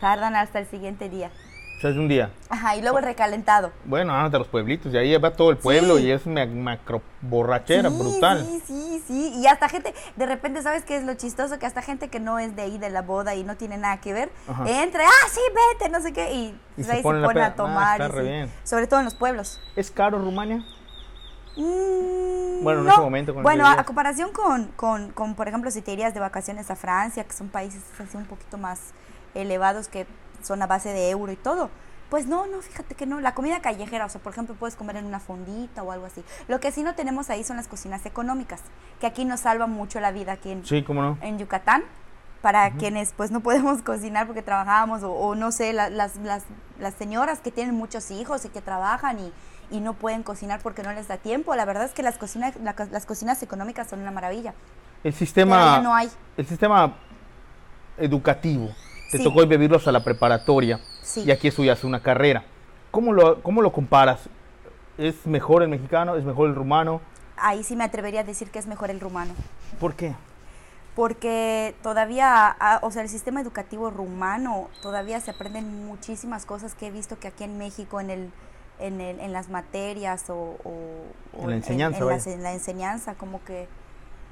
[SPEAKER 2] tardan hasta el siguiente día.
[SPEAKER 1] O sea, es de un día.
[SPEAKER 2] Ajá, y luego el recalentado.
[SPEAKER 1] Bueno, ándate a los pueblitos. Y ahí va todo el pueblo
[SPEAKER 2] Sí.
[SPEAKER 1] y es una macro borrachera
[SPEAKER 2] Sí,
[SPEAKER 1] brutal.
[SPEAKER 2] Sí, sí, sí. Y hasta gente, de repente, ¿sabes qué es lo chistoso? Que hasta gente que no es de ahí de la boda y no tiene nada que ver,
[SPEAKER 1] Ajá.
[SPEAKER 2] entra, ah, sí, vete, no sé qué, y,
[SPEAKER 1] Y
[SPEAKER 2] pues,
[SPEAKER 1] se
[SPEAKER 2] ahí se
[SPEAKER 1] ponen la
[SPEAKER 2] pone a
[SPEAKER 1] peda. Ah,
[SPEAKER 2] tomar.
[SPEAKER 1] está
[SPEAKER 2] y
[SPEAKER 1] re
[SPEAKER 2] sí.
[SPEAKER 1] bien.
[SPEAKER 2] Sobre todo en los pueblos.
[SPEAKER 1] ¿Es caro Rumania?
[SPEAKER 2] Mm,
[SPEAKER 1] Bueno, en
[SPEAKER 2] no.
[SPEAKER 1] ese momento, con el
[SPEAKER 2] bueno,
[SPEAKER 1] que
[SPEAKER 2] a,
[SPEAKER 1] vivías.
[SPEAKER 2] a comparación con, con, con, por ejemplo, si te irías de vacaciones a Francia, que son países así un poquito más elevados que son a base de euro y todo. Pues no, no, fíjate que no. La comida callejera, o sea, por ejemplo, puedes comer en una fondita o algo así. Lo que sí no tenemos ahí son las cocinas económicas, que aquí nos salva mucho la vida aquí en,
[SPEAKER 1] Sí, cómo no.
[SPEAKER 2] en Yucatán, para quienes pues no podemos [LAUGHS] cocinar porque trabajamos o, o no sé, la- las, las, las señoras que tienen muchos hijos y que trabajan y, y no pueden cocinar porque no les da tiempo. La verdad es que las cocinas, la co- las cocinas económicas son una maravilla.
[SPEAKER 1] El
[SPEAKER 2] Todavía
[SPEAKER 1] sistema,
[SPEAKER 2] no hay.
[SPEAKER 1] el sistema educativo, te
[SPEAKER 2] Sí.
[SPEAKER 1] tocó vivirlo hasta la preparatoria
[SPEAKER 2] Sí.
[SPEAKER 1] y aquí estudias una carrera. ¿Cómo lo, ¿Cómo lo comparas? ¿Es mejor el mexicano? ¿Es mejor el rumano?
[SPEAKER 2] Ahí sí me atrevería a decir que es mejor el rumano.
[SPEAKER 1] ¿Por qué?
[SPEAKER 2] porque todavía, ah, o sea, el sistema educativo rumano, todavía se aprenden muchísimas cosas que he visto que aquí en México, en el en, el, en las materias o, o-
[SPEAKER 1] En
[SPEAKER 2] o
[SPEAKER 1] la enseñanza,
[SPEAKER 2] en,
[SPEAKER 1] vaya.
[SPEAKER 2] las- en la enseñanza como que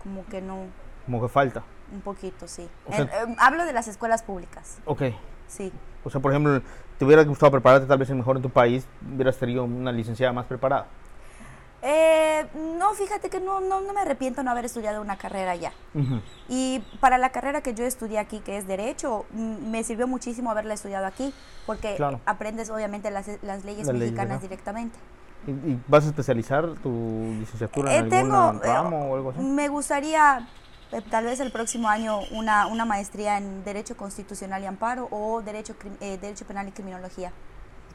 [SPEAKER 2] como que no
[SPEAKER 1] Como que falta.
[SPEAKER 2] un poquito sí
[SPEAKER 1] O sea-
[SPEAKER 2] En- em, hablo de las escuelas públicas
[SPEAKER 1] Ok.
[SPEAKER 2] sí
[SPEAKER 1] O sea, por ejemplo, te hubiera gustado prepararte tal vez mejor en tu país, hubieras tenido una licenciada más preparada.
[SPEAKER 2] Eh, no fíjate que no, no no me arrepiento no haber estudiado una carrera allá
[SPEAKER 1] Ujú.
[SPEAKER 2] Y para la carrera que yo estudié aquí, que es Derecho, mm, me sirvió muchísimo haberla estudiado aquí, porque
[SPEAKER 1] Claro.
[SPEAKER 2] aprendes obviamente las, las leyes
[SPEAKER 1] Las leyes,
[SPEAKER 2] mexicanas
[SPEAKER 1] ajá.
[SPEAKER 2] directamente.
[SPEAKER 1] ¿Y, y vas a especializar tu licenciatura
[SPEAKER 2] Eh,
[SPEAKER 1] en
[SPEAKER 2] tengo,
[SPEAKER 1] algún
[SPEAKER 2] eh,
[SPEAKER 1] ramo o algo así?
[SPEAKER 2] Me gustaría, eh, tal vez el próximo año, una, una maestría en Derecho Constitucional y Amparo o Derecho, Crim- eh, Derecho Penal y Criminología.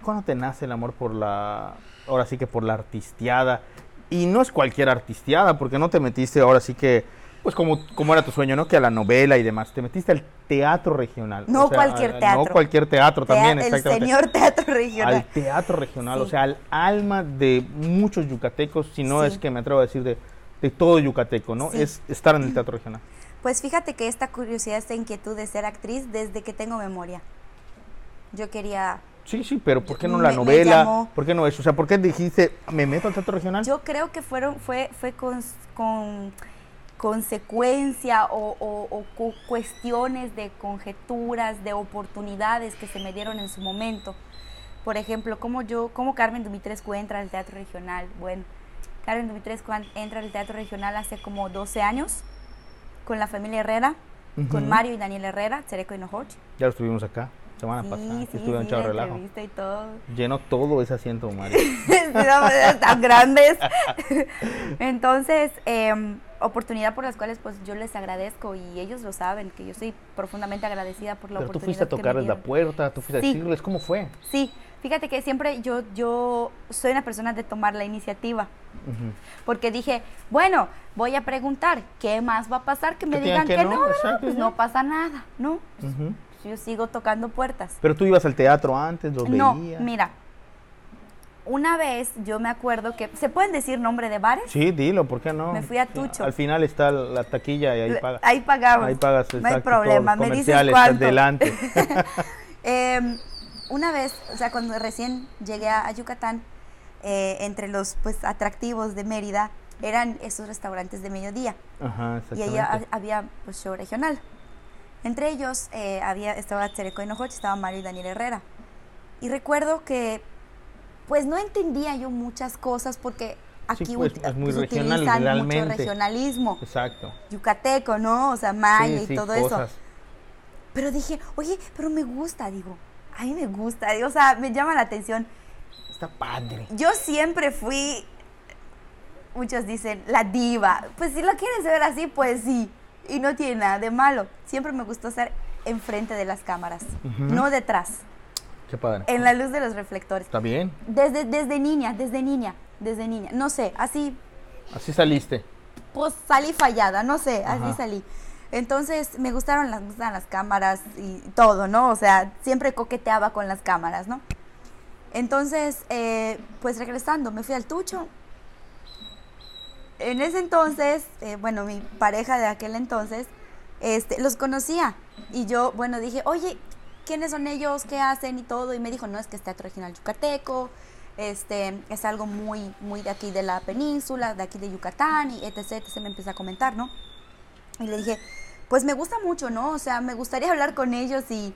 [SPEAKER 1] ¿Cuándo te nace el amor por la, ahora sí que por la artisteada? Y no es cualquier artisteada, porque no te metiste ahora sí que, pues como, como era tu sueño, ¿no? Que a la novela y demás, te metiste al teatro regional.
[SPEAKER 2] No cualquier
[SPEAKER 1] al- al- No
[SPEAKER 2] teatro.
[SPEAKER 1] cualquier teatro
[SPEAKER 2] Tea-
[SPEAKER 1] también,
[SPEAKER 2] el
[SPEAKER 1] exactamente.
[SPEAKER 2] señor Teatro Regional.
[SPEAKER 1] Al teatro regional,
[SPEAKER 2] Sí.
[SPEAKER 1] o sea, al alma de muchos yucatecos, si no
[SPEAKER 2] Sí.
[SPEAKER 1] es que me atrevo a decir de, de todo yucateco, ¿no?
[SPEAKER 2] Sí.
[SPEAKER 1] Es estar en el teatro regional.
[SPEAKER 2] Pues fíjate que esta curiosidad, esta inquietud de ser actriz desde que tengo memoria. Yo quería
[SPEAKER 1] Sí, sí, pero ¿por qué no la
[SPEAKER 2] Me- me
[SPEAKER 1] novela?
[SPEAKER 2] llamó.
[SPEAKER 1] ¿Por qué no eso? O sea, ¿por qué dijiste, me meto al teatro regional?
[SPEAKER 2] Yo creo que fueron, fue, fue con, con consecuencia o, o- o cu- cuestiones de conjeturas, de oportunidades que se me dieron en su momento. Por ejemplo, como yo, como Carmen Dumitrescu entra al teatro regional. Bueno, Carmen Dumitrescu an- entra al teatro regional hace como 12 años con la familia Herrera,
[SPEAKER 1] Ujú.
[SPEAKER 2] con Mario y Daniel Herrera, Chereco y Nohoch.
[SPEAKER 1] Ya lo estuvimos acá, semana
[SPEAKER 2] Sí,
[SPEAKER 1] pasada.
[SPEAKER 2] sí,
[SPEAKER 1] Ah, pues, que
[SPEAKER 2] sí,
[SPEAKER 1] estuvieron
[SPEAKER 2] la
[SPEAKER 1] echando relajo.
[SPEAKER 2] entrevista y todo.
[SPEAKER 1] Llenó todo ese
[SPEAKER 2] [LAUGHS]
[SPEAKER 1] asiento, Mario.
[SPEAKER 2] eh, tan grandes. [LAUGHS] Entonces, eh, oportunidad por las cuales pues yo les agradezco y ellos lo saben, que yo estoy profundamente agradecida por la
[SPEAKER 1] Pero tú
[SPEAKER 2] oportunidad.
[SPEAKER 1] fuiste a
[SPEAKER 2] que me
[SPEAKER 1] tocarles la
[SPEAKER 2] dieron.
[SPEAKER 1] puerta, tú fuiste a
[SPEAKER 2] Sí.
[SPEAKER 1] decirles cómo fue.
[SPEAKER 2] Sí, fíjate que siempre yo, yo soy una persona de tomar la iniciativa.
[SPEAKER 1] Ujú.
[SPEAKER 2] Porque dije, bueno, voy a preguntar, ¿qué más va a pasar? Que me
[SPEAKER 1] Que
[SPEAKER 2] digan
[SPEAKER 1] digan
[SPEAKER 2] que,
[SPEAKER 1] que
[SPEAKER 2] no,
[SPEAKER 1] no,
[SPEAKER 2] ¿verdad?
[SPEAKER 1] exacto,
[SPEAKER 2] pues
[SPEAKER 1] ya.
[SPEAKER 2] no pasa nada, ¿no? Pues,
[SPEAKER 1] Ujú.
[SPEAKER 2] Yo sigo tocando puertas.
[SPEAKER 1] Pero tú ibas al teatro antes, los
[SPEAKER 2] No,
[SPEAKER 1] veías.
[SPEAKER 2] mira. Una vez yo me acuerdo que. ¿Se pueden decir nombre de bares?
[SPEAKER 1] Sí, dilo, ¿por qué no?
[SPEAKER 2] Me fui a Tucho.
[SPEAKER 1] Al final está la taquilla y ahí pagas.
[SPEAKER 2] Ahí pagamos.
[SPEAKER 1] Ahí pagas,
[SPEAKER 2] No hay
[SPEAKER 1] exacto, todos
[SPEAKER 2] problema.
[SPEAKER 1] los
[SPEAKER 2] Me dices
[SPEAKER 1] comerciales,
[SPEAKER 2] cuánto.
[SPEAKER 1] adelante.
[SPEAKER 2] [LAUGHS] Em, una vez, o sea, cuando recién llegué a, a Yucatán, eh, entre los pues atractivos de Mérida eran esos restaurantes de mediodía.
[SPEAKER 1] Ajá,
[SPEAKER 2] Y
[SPEAKER 1] exactamente.
[SPEAKER 2] ahí ha- había pues, show regional. Entre ellos eh, había, estaba Chereco Hinojoch, estaba Mario y Daniel Herrera. Y recuerdo que pues no entendía yo muchas cosas porque aquí
[SPEAKER 1] pues,
[SPEAKER 2] ut-
[SPEAKER 1] es muy
[SPEAKER 2] pues,
[SPEAKER 1] regional,
[SPEAKER 2] utilizan mucho
[SPEAKER 1] realmente.
[SPEAKER 2] regionalismo,
[SPEAKER 1] Exacto.
[SPEAKER 2] yucateco, ¿no? O sea, maya
[SPEAKER 1] Sí, sí,
[SPEAKER 2] y todo eso.
[SPEAKER 1] cosas.
[SPEAKER 2] Pero dije, oye, pero me gusta, digo, a mí me gusta, digo, o sea, me llama la atención.
[SPEAKER 1] Está padre.
[SPEAKER 2] Yo siempre fui, muchos dicen, la diva. Pues si lo quieres ver así, pues sí. Y no tiene nada de malo. Siempre me gustó ser enfrente de las cámaras,
[SPEAKER 1] Ujú.
[SPEAKER 2] no detrás,
[SPEAKER 1] Qué padre.
[SPEAKER 2] en la luz de los reflectores.
[SPEAKER 1] Está bien.
[SPEAKER 2] Desde, desde niña, desde niña, desde niña. No sé, así
[SPEAKER 1] Así saliste.
[SPEAKER 2] pues salí fallada, no sé,
[SPEAKER 1] Ajá.
[SPEAKER 2] así salí. Entonces me gustaron las, me gustaban las cámaras y todo, ¿no? O sea, siempre coqueteaba con las cámaras, ¿no? Entonces, eh, pues regresando, me fui al Tucho. En ese entonces, eh, bueno, mi pareja de aquel entonces, este, los conocía. Y yo, bueno, dije, oye, ¿quiénes son ellos? ¿Qué hacen? Y todo. Y me dijo, no, es que es teatro regional yucateco, este, es algo muy, muy de aquí de la península, de aquí de Yucatán, y etc, etc. Me empieza a comentar, ¿no? Y le dije, pues me gusta mucho, ¿no? O sea, me gustaría hablar con ellos y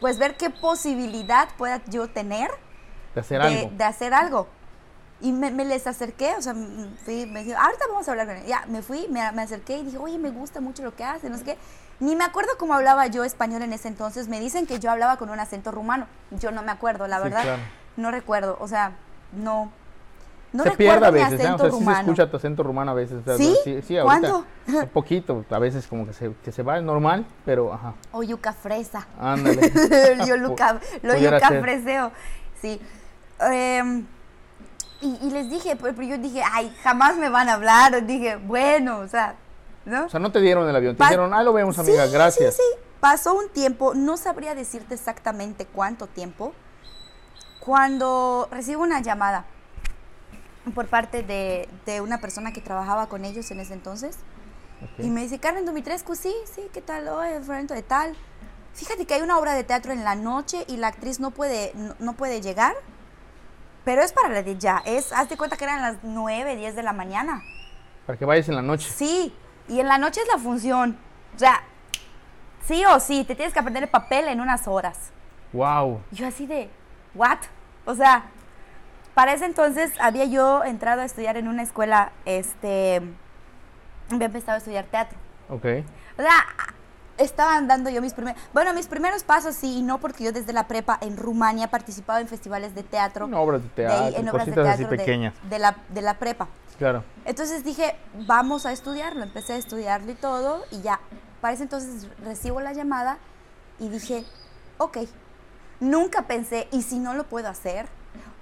[SPEAKER 2] pues ver qué posibilidad pueda yo tener
[SPEAKER 1] De hacer
[SPEAKER 2] de,
[SPEAKER 1] algo.
[SPEAKER 2] de hacer algo. Y me, me les acerqué, o sea, mm, fui, me dijeron, ahorita vamos a hablar con él. Ya, me fui, me, me acerqué y dije, oye, me gusta mucho lo que hace, no sé qué. Ni me acuerdo cómo hablaba yo español en ese entonces. Me dicen que yo hablaba con un acento rumano. Yo no me acuerdo, la
[SPEAKER 1] Sí,
[SPEAKER 2] verdad.
[SPEAKER 1] claro.
[SPEAKER 2] No recuerdo, o sea, no. No
[SPEAKER 1] se pierde
[SPEAKER 2] recuerdo
[SPEAKER 1] a
[SPEAKER 2] mi
[SPEAKER 1] veces, ¿eh?
[SPEAKER 2] acento
[SPEAKER 1] o sea, sí se
[SPEAKER 2] rumano.
[SPEAKER 1] escucha tu acento rumano a veces. o sea,
[SPEAKER 2] ¿Sí?
[SPEAKER 1] sí, ahorita.
[SPEAKER 2] ¿Cuándo?
[SPEAKER 1] Un poquito, a veces como que se, que se va, es normal, pero ajá,
[SPEAKER 2] O yuca fresa.
[SPEAKER 1] ándale.
[SPEAKER 2] [LAUGHS] yo Luca, lo
[SPEAKER 1] Pudiera
[SPEAKER 2] yuca
[SPEAKER 1] ser.
[SPEAKER 2] freseo. Sí. Em, y, y les dije, pero, pero yo dije, ay, jamás me van a hablar. Dije, bueno, o sea, ¿no?
[SPEAKER 1] O sea, no te dieron el avión, te
[SPEAKER 2] Pa-
[SPEAKER 1] dijeron, ah, lo vemos, amiga,
[SPEAKER 2] Sí,
[SPEAKER 1] gracias.
[SPEAKER 2] Sí, sí. Pasó un tiempo, no sabría decirte exactamente cuánto tiempo, cuando recibo una llamada por parte de, de una persona que trabajaba con ellos en ese entonces.
[SPEAKER 1] Ok.
[SPEAKER 2] Y me dice, Carmen Dumitrescu, sí, sí, ¿qué tal? Oye, Florento de tal. Fíjate que hay una obra de teatro en la noche y la actriz no puede, no, no puede llegar, pero es para la de ya. Es, hazte cuenta que eran las 9, 10 de la mañana.
[SPEAKER 1] Para que vayas en la noche.
[SPEAKER 2] Sí, y en la noche es la función. O sea, sí o sí, te tienes que aprender el papel en unas horas.
[SPEAKER 1] Wow.
[SPEAKER 2] Yo así de, ¿what? O sea, para ese entonces había yo entrado a estudiar en una escuela, este, había empezado a estudiar teatro.
[SPEAKER 1] Ok.
[SPEAKER 2] O sea, estaban dando yo mis primeros, bueno, mis primeros pasos sí y no, porque yo desde la prepa en Rumania participaba en festivales de teatro.
[SPEAKER 1] En obras de
[SPEAKER 2] de
[SPEAKER 1] teatro,
[SPEAKER 2] ahí, en obras de
[SPEAKER 1] cositas así
[SPEAKER 2] teatro de-
[SPEAKER 1] pequeñas.
[SPEAKER 2] de la, de la prepa.
[SPEAKER 1] Claro.
[SPEAKER 2] Entonces dije, vamos a estudiarlo. Empecé a estudiarlo y todo, y ya. Para ese entonces recibo la llamada y dije, ok. Nunca pensé, ¿y si no lo puedo hacer?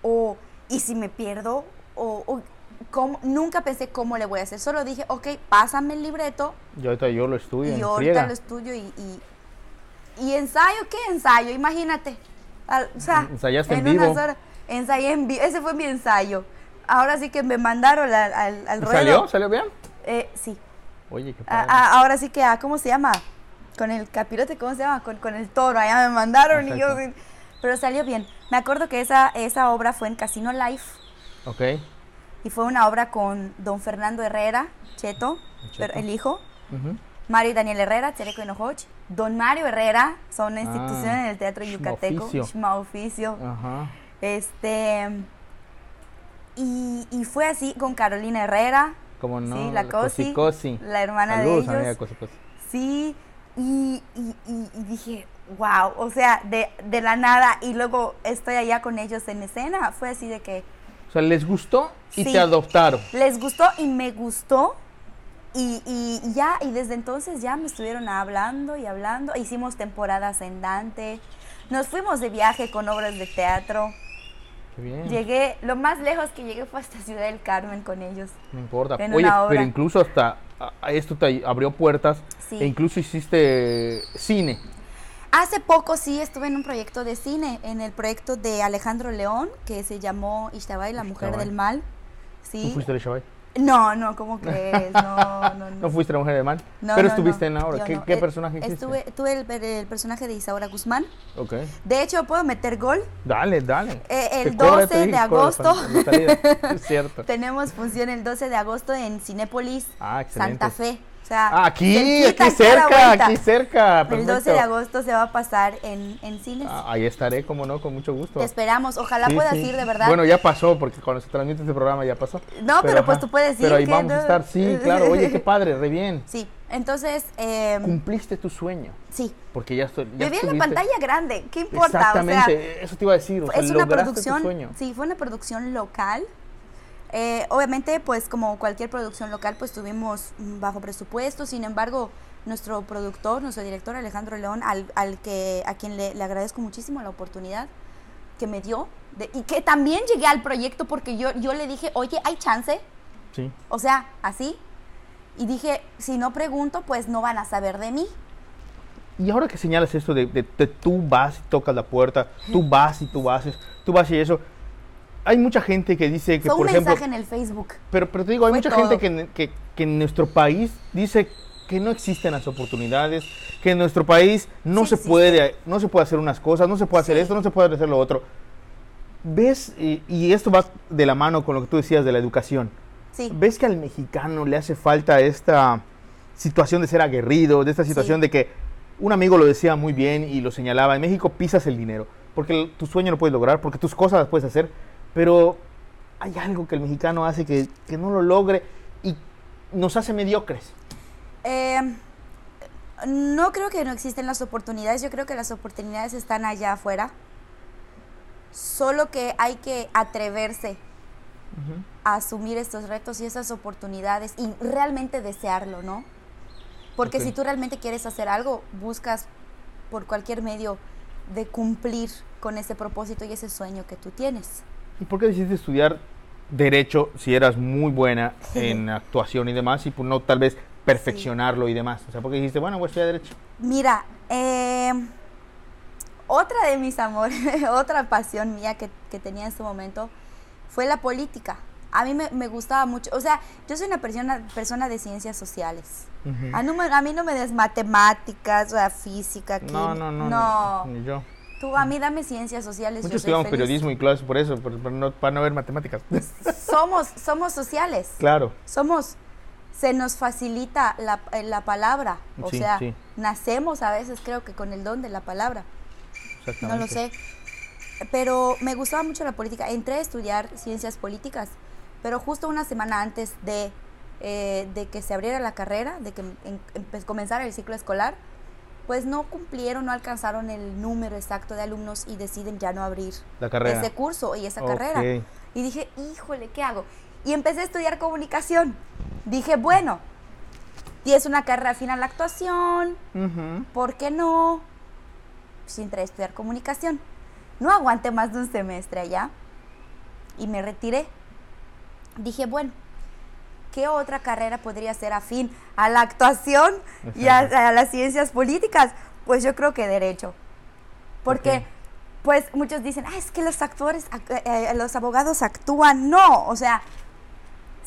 [SPEAKER 2] ¿O y si me pierdo? ¿O, o cómo? nunca pensé cómo le voy a hacer? Solo dije, ok, pásame el libreto
[SPEAKER 1] Yo ahorita yo lo estudio.
[SPEAKER 2] y
[SPEAKER 1] en
[SPEAKER 2] yo ahorita
[SPEAKER 1] friega.
[SPEAKER 2] lo estudio y, y, y ensayo, ¿qué ensayo? Imagínate. Al- o sea,
[SPEAKER 1] Ensayaste en
[SPEAKER 2] unas
[SPEAKER 1] vivo.
[SPEAKER 2] horas- ensayé en vivo. Ese fue mi ensayo. Ahora sí que me mandaron al, al, al
[SPEAKER 1] ¿Y
[SPEAKER 2] ruedo. Ah,
[SPEAKER 1] ¿Salió? Ah. ¿Salió bien?
[SPEAKER 2] Eh, sí.
[SPEAKER 1] Oye, qué
[SPEAKER 2] A-
[SPEAKER 1] padre.
[SPEAKER 2] a- ahora sí que, a, ¿cómo se llama? Con el capirote, ¿cómo se llama? Con, con el toro, allá me mandaron y yo...
[SPEAKER 1] Perfecto.
[SPEAKER 2] Pero salió bien. Me acuerdo que esa, esa obra fue en Casino Life
[SPEAKER 1] Ok.
[SPEAKER 2] y fue una obra con don Fernando Herrera,
[SPEAKER 1] Cheto.
[SPEAKER 2] Cheto, pero el hijo,
[SPEAKER 1] Ujú.
[SPEAKER 2] Mario y Daniel Herrera, Chereco Hinojoch. Don Mario Herrera, son
[SPEAKER 1] Ah,
[SPEAKER 2] instituciones del teatro
[SPEAKER 1] Shma
[SPEAKER 2] yucateco,
[SPEAKER 1] Oficio.
[SPEAKER 2] Shma Oficio.
[SPEAKER 1] Ajá.
[SPEAKER 2] Este... Y, y fue así con Carolina Herrera,
[SPEAKER 1] Como no.
[SPEAKER 2] sí, la
[SPEAKER 1] Cosi
[SPEAKER 2] Cosi,
[SPEAKER 1] Cosi.
[SPEAKER 2] la hermana
[SPEAKER 1] Saludos,
[SPEAKER 2] de ellos.
[SPEAKER 1] amiga Cosi Cosi.
[SPEAKER 2] Sí, y, y- y- y dije, wow, o sea, de, de la nada, y luego estoy allá con ellos en escena. Fue así de que
[SPEAKER 1] O sea, les gustó y
[SPEAKER 2] Sí.
[SPEAKER 1] te adoptaron.
[SPEAKER 2] les gustó y me gustó. Y, y- y ya, y desde entonces ya me estuvieron hablando y hablando. Hicimos temporadas en Dante. Nos fuimos de viaje con obras de teatro.
[SPEAKER 1] Qué bien.
[SPEAKER 2] Llegué, lo más lejos que llegué fue hasta Ciudad del Carmen con ellos.
[SPEAKER 1] No importa.
[SPEAKER 2] en
[SPEAKER 1] Oye,
[SPEAKER 2] una obra.
[SPEAKER 1] pero incluso hasta a- a esto te abrió puertas.
[SPEAKER 2] Sí.
[SPEAKER 1] E incluso hiciste cine.
[SPEAKER 2] Hace poco sí estuve en un proyecto de cine, en el proyecto de Alejandro León, que se llamó Ishtabay, la mujer
[SPEAKER 1] Ixtabay.
[SPEAKER 2] del mal.
[SPEAKER 1] Tú
[SPEAKER 2] Sí,
[SPEAKER 1] fuiste de Shabay.
[SPEAKER 2] No,
[SPEAKER 1] [LAUGHS]
[SPEAKER 2] no, ¿cómo crees? No, no, no.
[SPEAKER 1] No fuiste la mujer de Man,
[SPEAKER 2] No,
[SPEAKER 1] pero
[SPEAKER 2] no,
[SPEAKER 1] estuviste
[SPEAKER 2] no.
[SPEAKER 1] en la obra.
[SPEAKER 2] Yo
[SPEAKER 1] ¿Qué,
[SPEAKER 2] no.
[SPEAKER 1] qué
[SPEAKER 2] Eh,
[SPEAKER 1] personaje hiciste?
[SPEAKER 2] Estuve, tuve el, el personaje de Isaura Guzmán.
[SPEAKER 1] Ok.
[SPEAKER 2] De hecho, ¿puedo meter gol?
[SPEAKER 1] Dale, dale.
[SPEAKER 2] Eh, el
[SPEAKER 1] Que corra,
[SPEAKER 2] 12
[SPEAKER 1] te dije,
[SPEAKER 2] de
[SPEAKER 1] corra,
[SPEAKER 2] agosto.
[SPEAKER 1] de salida.
[SPEAKER 2] [LAUGHS]
[SPEAKER 1] es cierto.
[SPEAKER 2] Tenemos función el 12 de agosto en Cinépolis,
[SPEAKER 1] Ah, excelente.
[SPEAKER 2] Santa Fe. O sea,
[SPEAKER 1] Ah, aquí,
[SPEAKER 2] cerquita,
[SPEAKER 1] aquí
[SPEAKER 2] a la
[SPEAKER 1] cerca,
[SPEAKER 2] vuelta.
[SPEAKER 1] aquí cerca.
[SPEAKER 2] El
[SPEAKER 1] perfecto.
[SPEAKER 2] 12 de agosto se va a pasar en, en cines.
[SPEAKER 1] Ah, ahí estaré, como no, con mucho gusto.
[SPEAKER 2] Te esperamos. Ojalá
[SPEAKER 1] Sí,
[SPEAKER 2] puedas
[SPEAKER 1] sí.
[SPEAKER 2] ir de verdad.
[SPEAKER 1] Bueno, ya pasó, porque cuando se transmite este programa ya pasó.
[SPEAKER 2] No, pero, pues
[SPEAKER 1] ajá,
[SPEAKER 2] tú puedes ir.
[SPEAKER 1] Pero ahí
[SPEAKER 2] que
[SPEAKER 1] vamos a
[SPEAKER 2] no-
[SPEAKER 1] estar, sí, claro. Oye, qué padre, re bien.
[SPEAKER 2] [LAUGHS] Sí, entonces, eh,
[SPEAKER 1] Cumpliste tu sueño,
[SPEAKER 2] sí.
[SPEAKER 1] porque ya estoy.
[SPEAKER 2] Yo
[SPEAKER 1] Ya
[SPEAKER 2] vi en la
[SPEAKER 1] estuviste-
[SPEAKER 2] pantalla grande, ¿qué importa?
[SPEAKER 1] Exactamente,
[SPEAKER 2] O sea,
[SPEAKER 1] eso te iba a decir. o sea,
[SPEAKER 2] es una
[SPEAKER 1] lograste tu
[SPEAKER 2] producción,
[SPEAKER 1] sueño.
[SPEAKER 2] sí, fue una producción local. Eh, obviamente, pues como cualquier producción local, pues tuvimos mm, bajo presupuesto. Sin embargo, nuestro productor, nuestro director Alejandro León, al, al que a quien le, le agradezco muchísimo la oportunidad que me dio de- y que también llegué al proyecto porque yo yo le dije, oye, hay chance,
[SPEAKER 1] Sí.
[SPEAKER 2] o sea, así. Y dije, si no pregunto, pues no van a saber de mí.
[SPEAKER 1] Y ahora que señalas esto de, de- de tú vas y tocas la puerta, tú vas y tú haces, tú vas y eso. Hay mucha gente que dice que,
[SPEAKER 2] Fue un
[SPEAKER 1] por ejemplo.
[SPEAKER 2] mensaje en el Facebook.
[SPEAKER 1] Pero, pero te digo, hay
[SPEAKER 2] Fue
[SPEAKER 1] mucha
[SPEAKER 2] todo.
[SPEAKER 1] gente que, en- que- que en nuestro país dice que no existen las oportunidades, que en nuestro país no
[SPEAKER 2] Sí
[SPEAKER 1] se
[SPEAKER 2] existe.
[SPEAKER 1] puede, no se puede hacer unas cosas, no se puede hacer
[SPEAKER 2] Sí.
[SPEAKER 1] esto, no se puede hacer lo otro. Ves, y, y esto va de la mano con lo que tú decías de la educación.
[SPEAKER 2] Sí.
[SPEAKER 1] ¿Ves que al mexicano le hace falta esta situación de ser aguerrido, de esta situación de que un amigo lo decía muy bien y lo señalaba, en México pisas el dinero, porque el- tu sueño lo puedes lograr, porque tus cosas las puedes hacer, pero hay algo que el mexicano hace que, que no lo logre y nos hace mediocres.
[SPEAKER 2] Eh, no creo que no existen las oportunidades, yo creo que las oportunidades están allá afuera. Solo que hay que atreverse a asumir estos retos y esas oportunidades y realmente desearlo, ¿no? Porque
[SPEAKER 1] Ok.
[SPEAKER 2] si tú realmente quieres hacer algo, buscas por cualquier medio de cumplir con ese propósito y ese sueño que tú tienes.
[SPEAKER 1] ¿Y por qué decidiste estudiar derecho si eras muy buena en actuación y demás y pues, no tal vez perfeccionarlo y demás? O sea, porque dijiste, bueno, voy a estudiar derecho.
[SPEAKER 2] Mira, eh, otra de mis amores, [LAUGHS] otra pasión mía que, que tenía en su momento fue la política. A mí me, me gustaba mucho, o sea, yo soy una persona, persona de ciencias sociales.
[SPEAKER 1] Mm.
[SPEAKER 2] A, no me- a mí no me des matemáticas, o sea, física,
[SPEAKER 1] No,
[SPEAKER 2] química.
[SPEAKER 1] no, no, no, ni yo.
[SPEAKER 2] Tú a mí dame ciencias sociales.
[SPEAKER 1] Muchos
[SPEAKER 2] yo soy
[SPEAKER 1] estudiamos
[SPEAKER 2] feliz.
[SPEAKER 1] periodismo y clases por eso, por- por no- para no ver matemáticas. [LAUGHS]
[SPEAKER 2] Somos, somos sociales.
[SPEAKER 1] claro.
[SPEAKER 2] somos, se nos facilita la, eh, la palabra, o
[SPEAKER 1] Sí,
[SPEAKER 2] sea,
[SPEAKER 1] sí.
[SPEAKER 2] nacemos a veces creo que con el don de la palabra, no
[SPEAKER 1] exactamente.
[SPEAKER 2] lo sé, pero me gustaba mucho la política, entré a estudiar ciencias políticas, pero justo una semana antes de, eh, de que se abriera la carrera, de que em- empe- comenzara el ciclo escolar, pues no cumplieron, no alcanzaron el número exacto de alumnos y deciden ya no abrir
[SPEAKER 1] La carrera.
[SPEAKER 2] ese curso y esa
[SPEAKER 1] Ok.
[SPEAKER 2] carrera. Y dije, híjole, ¿qué hago? Y empecé a estudiar comunicación. Dije, bueno, tienes una carrera final la actuación,
[SPEAKER 1] Ujú.
[SPEAKER 2] ¿por qué no? Pues entré a estudiar comunicación. No aguanté más de un semestre allá y me retiré. Dije, bueno, ¿qué otra carrera podría ser afín a la actuación y a, a las ciencias políticas? Pues yo creo que derecho. Porque,
[SPEAKER 1] Ok.
[SPEAKER 2] pues muchos dicen, ah, es que los actores, ac- eh, eh, los abogados actúan. No, o sea,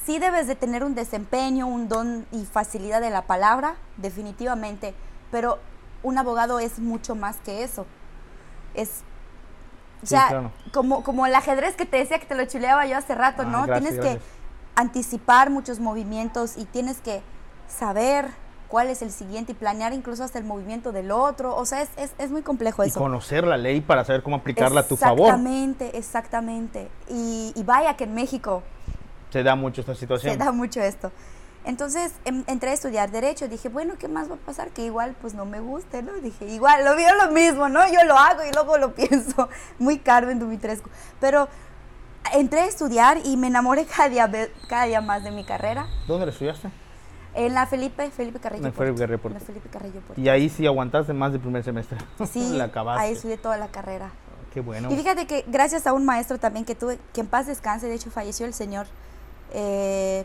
[SPEAKER 2] sí debes de tener un desempeño, un don y facilidad de la palabra, definitivamente, pero un abogado es mucho más que eso. Es o
[SPEAKER 1] Sí,
[SPEAKER 2] sea,
[SPEAKER 1] claro.
[SPEAKER 2] como, como el ajedrez que te decía que te lo chuleaba yo hace rato,
[SPEAKER 1] Ah,
[SPEAKER 2] ¿no?
[SPEAKER 1] gracias,
[SPEAKER 2] tienes
[SPEAKER 1] gracias.
[SPEAKER 2] que anticipar muchos movimientos y tienes que saber cuál es el siguiente y planear incluso hasta el movimiento del otro. O sea, es, es, es muy complejo
[SPEAKER 1] Y
[SPEAKER 2] eso.
[SPEAKER 1] conocer la ley para saber cómo aplicarla a tu favor.
[SPEAKER 2] pues, Exactamente, exactamente. Y, y vaya que en México
[SPEAKER 1] Se da mucho esta situación.
[SPEAKER 2] se da mucho esto. Entonces em- entré a estudiar Derecho. Dije, bueno, ¿qué más va a pasar? Que igual, pues no me guste, ¿no? Dije, igual, lo veo lo mismo, ¿no? Yo lo hago y luego lo [LAUGHS] pienso. Muy Carmen Dumitrescu. Pero entré a estudiar y me enamoré cada día, ve- cada día más de mi carrera.
[SPEAKER 1] ¿Dónde la estudiaste?
[SPEAKER 2] En la Felipe, Felipe Carrillo.
[SPEAKER 1] En la
[SPEAKER 2] Puerto.
[SPEAKER 1] Felipe Carrillo Puerto.
[SPEAKER 2] En la Felipe Carrillo Puerto.
[SPEAKER 1] Y ahí sí aguantaste más del primer semestre.
[SPEAKER 2] Pues, [LAUGHS] Sí,
[SPEAKER 1] [LAUGHS] la acabaste.
[SPEAKER 2] ahí estudié toda la carrera.
[SPEAKER 1] Qué bueno.
[SPEAKER 2] Y fíjate que gracias a un maestro también que tuve, que en paz descanse, de hecho falleció el señor, eh,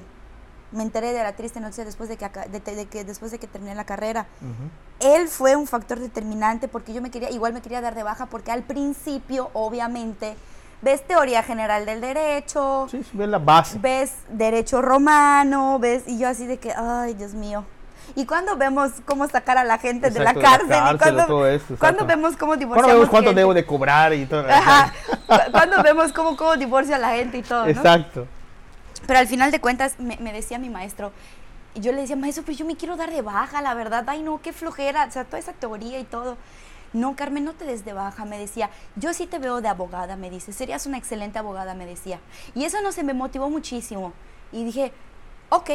[SPEAKER 2] me enteré de la triste noticia después de que, aca- de- de que- después de que terminé la carrera.
[SPEAKER 1] Ujú.
[SPEAKER 2] Él fue un factor determinante porque yo me quería, igual me quería dar de baja porque al principio, obviamente, ves teoría general del derecho,
[SPEAKER 1] Sí, sí, ve la base.
[SPEAKER 2] ves derecho romano, ves, y yo así de que, ay, Dios mío. ¿Y cuándo vemos cómo sacar a la gente
[SPEAKER 1] Exacto,
[SPEAKER 2] de la cárcel? ¿Y
[SPEAKER 1] cárcel,
[SPEAKER 2] cuándo,
[SPEAKER 1] todo esto, exacto.
[SPEAKER 2] cuándo vemos cómo divorciamos
[SPEAKER 1] ¿Cuándo vemos cuánto
[SPEAKER 2] gente?
[SPEAKER 1] debo de cobrar y todo?
[SPEAKER 2] Ajá. Cu- ¿Cuándo vemos cómo, cómo divorcio a la gente y todo, no?
[SPEAKER 1] Exacto.
[SPEAKER 2] Pero al final de cuentas, me, me decía mi maestro, y yo le decía, maestro, pero yo me quiero dar de baja, la verdad, ay no, qué flojera, o sea, toda esa teoría y todo. No, Carmen, no te des de baja, me decía. Yo sí te veo de abogada, me dice. Serías una excelente abogada, me decía. Y eso no se me motivó muchísimo. Y dije, ok.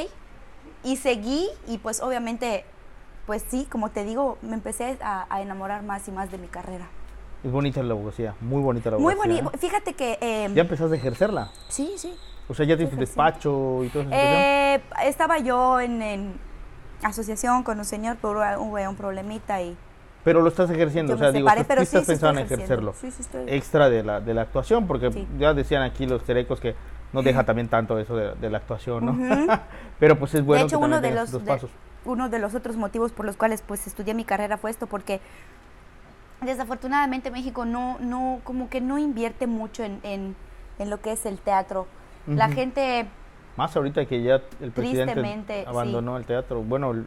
[SPEAKER 2] Y seguí y pues obviamente, pues sí, como te digo, me empecé a- a enamorar más y más de mi carrera.
[SPEAKER 1] Es bonita la abogacía, muy bonita la
[SPEAKER 2] Muy
[SPEAKER 1] abogacía.
[SPEAKER 2] bonito.
[SPEAKER 1] ¿eh?
[SPEAKER 2] Fíjate que... eh,
[SPEAKER 1] Ya empezaste a ejercerla.
[SPEAKER 2] Sí, sí.
[SPEAKER 1] O sea, ya tienes tu
[SPEAKER 2] Ejercí.
[SPEAKER 1] despacho y todo eso.
[SPEAKER 2] Eh, estaba yo en, en asociación con un señor, pero hubo un problemita y
[SPEAKER 1] pero lo estás ejerciendo,
[SPEAKER 2] yo
[SPEAKER 1] o sea,
[SPEAKER 2] me
[SPEAKER 1] digo,
[SPEAKER 2] separé,
[SPEAKER 1] estás-
[SPEAKER 2] pero
[SPEAKER 1] sí
[SPEAKER 2] sí,
[SPEAKER 1] estás
[SPEAKER 2] sí estoy
[SPEAKER 1] pensando en
[SPEAKER 2] ejerciendo.
[SPEAKER 1] ejercerlo.
[SPEAKER 2] Sí, sí estoy.
[SPEAKER 1] Extra de la, de la actuación, porque
[SPEAKER 2] Sí.
[SPEAKER 1] ya decían aquí los terecos que no deja también tanto eso de, de la actuación, ¿no?
[SPEAKER 2] Ujú.
[SPEAKER 1] [LAUGHS] pero pues es bueno
[SPEAKER 2] de hecho,
[SPEAKER 1] que también
[SPEAKER 2] uno de
[SPEAKER 1] tengas
[SPEAKER 2] los,
[SPEAKER 1] dos
[SPEAKER 2] de-
[SPEAKER 1] pasos.
[SPEAKER 2] uno de los otros motivos por los cuales pues estudié mi carrera fue esto, porque desafortunadamente México no, no, como que no invierte mucho en, en- en lo que es el teatro. La
[SPEAKER 1] Ujú.
[SPEAKER 2] gente,
[SPEAKER 1] Más ahorita que ya el
[SPEAKER 2] Tristemente,
[SPEAKER 1] presidente
[SPEAKER 2] sí.
[SPEAKER 1] abandonó el teatro, bueno, l-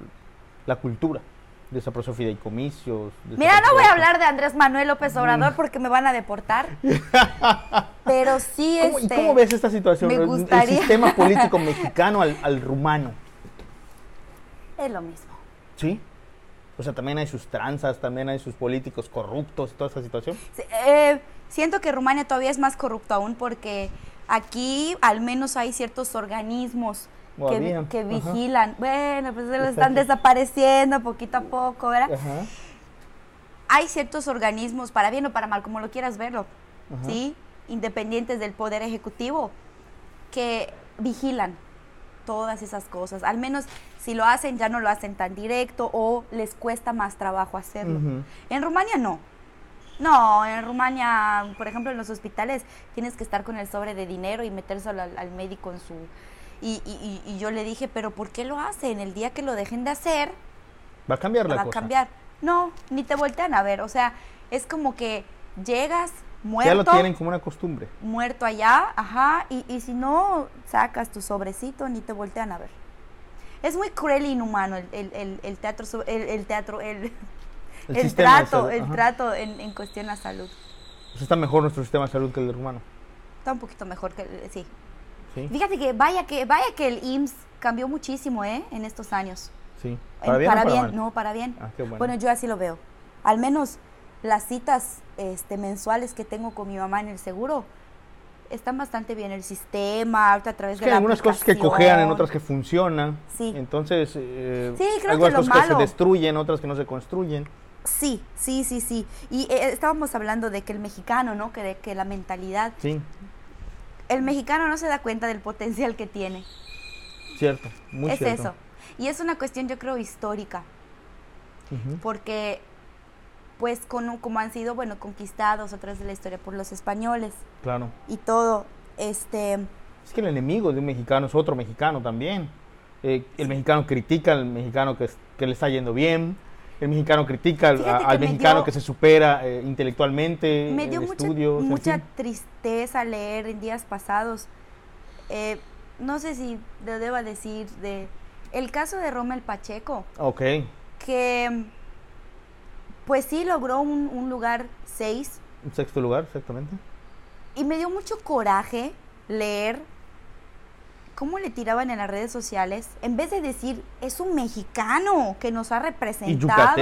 [SPEAKER 1] la cultura, desapareció fideicomisos.
[SPEAKER 2] Mira, no
[SPEAKER 1] desapareció
[SPEAKER 2] voy a
[SPEAKER 1] esto.
[SPEAKER 2] hablar de Andrés Manuel López
[SPEAKER 1] Mm.
[SPEAKER 2] Obrador porque me van a deportar.
[SPEAKER 1] [LAUGHS]
[SPEAKER 2] pero sí
[SPEAKER 1] ¿Cómo,
[SPEAKER 2] este,
[SPEAKER 1] ¿Y cómo ves esta situación?
[SPEAKER 2] me
[SPEAKER 1] El- El
[SPEAKER 2] gustaría. [LAUGHS]
[SPEAKER 1] sistema político mexicano al, al rumano,
[SPEAKER 2] es lo mismo.
[SPEAKER 1] ¿sí? O sea, también hay sus tranzas, también hay sus políticos corruptos y toda esa situación.
[SPEAKER 2] Sí, eh, siento que Rumania todavía es más corrupto aún porque aquí al menos hay ciertos organismos
[SPEAKER 1] O
[SPEAKER 2] que,
[SPEAKER 1] había,
[SPEAKER 2] que
[SPEAKER 1] ajá.
[SPEAKER 2] vigilan. Bueno, pues se los están
[SPEAKER 1] Exacto.
[SPEAKER 2] desapareciendo poquito a poco, ¿verdad?
[SPEAKER 1] Ajá.
[SPEAKER 2] Hay ciertos organismos, para bien o para mal, como lo quieras verlo,
[SPEAKER 1] Ajá.
[SPEAKER 2] ¿sí? Independientes del Poder Ejecutivo, que vigilan todas esas cosas. Al menos si lo hacen, ya no lo hacen tan directo o les cuesta más trabajo hacerlo.
[SPEAKER 1] Ujú.
[SPEAKER 2] En Rumania no. No, en Rumania, por ejemplo, en los hospitales tienes que estar con el sobre de dinero y metérselo al, al médico en su... Y, y- y- y yo le dije, pero ¿por qué lo hacen? El día que lo dejen de hacer,
[SPEAKER 1] Va a cambiar la
[SPEAKER 2] va
[SPEAKER 1] cosa.
[SPEAKER 2] a cambiar. No, ni te voltean a ver. O sea, es como que llegas muerto
[SPEAKER 1] Ya lo tienen como una costumbre.
[SPEAKER 2] muerto allá, ajá, y, y si no sacas tu sobrecito ni te voltean a ver. Es muy cruel e inhumano el, el- el- el teatro, so- el, el teatro, el,
[SPEAKER 1] El
[SPEAKER 2] [LAUGHS] el
[SPEAKER 1] sistema de
[SPEAKER 2] trato,
[SPEAKER 1] salud,
[SPEAKER 2] el
[SPEAKER 1] ajá.
[SPEAKER 2] trato en, en cuestión a salud.
[SPEAKER 1] Pues está mejor nuestro sistema de salud que el del rumano.
[SPEAKER 2] Está un poquito mejor que, el- sí.
[SPEAKER 1] Sí,
[SPEAKER 2] Fíjate que vaya que, vaya que el IMSS cambió muchísimo, ¿eh? En estos años.
[SPEAKER 1] sí.
[SPEAKER 2] En-
[SPEAKER 1] ¿Para bien o para mal?
[SPEAKER 2] no, Eh, para bien.
[SPEAKER 1] Ah, qué bueno.
[SPEAKER 2] yo así lo veo. Al menos las citas este, mensuales que tengo con mi mamá en el seguro están bastante bien. El sistema, ahorita a través
[SPEAKER 1] Es
[SPEAKER 2] de
[SPEAKER 1] que hay
[SPEAKER 2] la
[SPEAKER 1] algunas cosas que
[SPEAKER 2] aplicación.
[SPEAKER 1] cojean, en otras que funcionan.
[SPEAKER 2] Sí.
[SPEAKER 1] Entonces, eh,
[SPEAKER 2] Sí, creo que
[SPEAKER 1] algunas
[SPEAKER 2] lo
[SPEAKER 1] cosas que se
[SPEAKER 2] malo-
[SPEAKER 1] destruyen, otras que no se construyen.
[SPEAKER 2] Sí, sí, sí, sí. Y eh, estábamos hablando de que el mexicano, ¿no? Que, de, que la mentalidad.
[SPEAKER 1] Sí,
[SPEAKER 2] El mexicano no se da cuenta del potencial que tiene.
[SPEAKER 1] cierto. Muy
[SPEAKER 2] es
[SPEAKER 1] cierto.
[SPEAKER 2] eso. Y es una cuestión, yo creo, histórica.
[SPEAKER 1] Ujú.
[SPEAKER 2] Porque, pues, con, un- como han sido, bueno, conquistados a través de la historia por los españoles
[SPEAKER 1] Claro.
[SPEAKER 2] y todo, este.
[SPEAKER 1] Es que el enemigo de un mexicano es otro mexicano también. Eh, el mexicano critica al mexicano que, es- que le está yendo bien. El mexicano critica al,
[SPEAKER 2] Fíjate
[SPEAKER 1] a- al
[SPEAKER 2] que me
[SPEAKER 1] mexicano
[SPEAKER 2] dio-
[SPEAKER 1] que se supera eh, intelectualmente,
[SPEAKER 2] me dio
[SPEAKER 1] en
[SPEAKER 2] mucha,
[SPEAKER 1] estudios, en
[SPEAKER 2] mucha
[SPEAKER 1] fin.
[SPEAKER 2] tristeza leer en días pasados. eh, no sé si lo deba decir de el caso de Rommel Pacheco,
[SPEAKER 1] Ok,
[SPEAKER 2] que pues sí logró un, un lugar 6
[SPEAKER 1] en sexto lugar, exactamente.
[SPEAKER 2] y me dio mucho coraje leer cómo le tiraban en las redes sociales en vez de decir es un mexicano que nos ha representado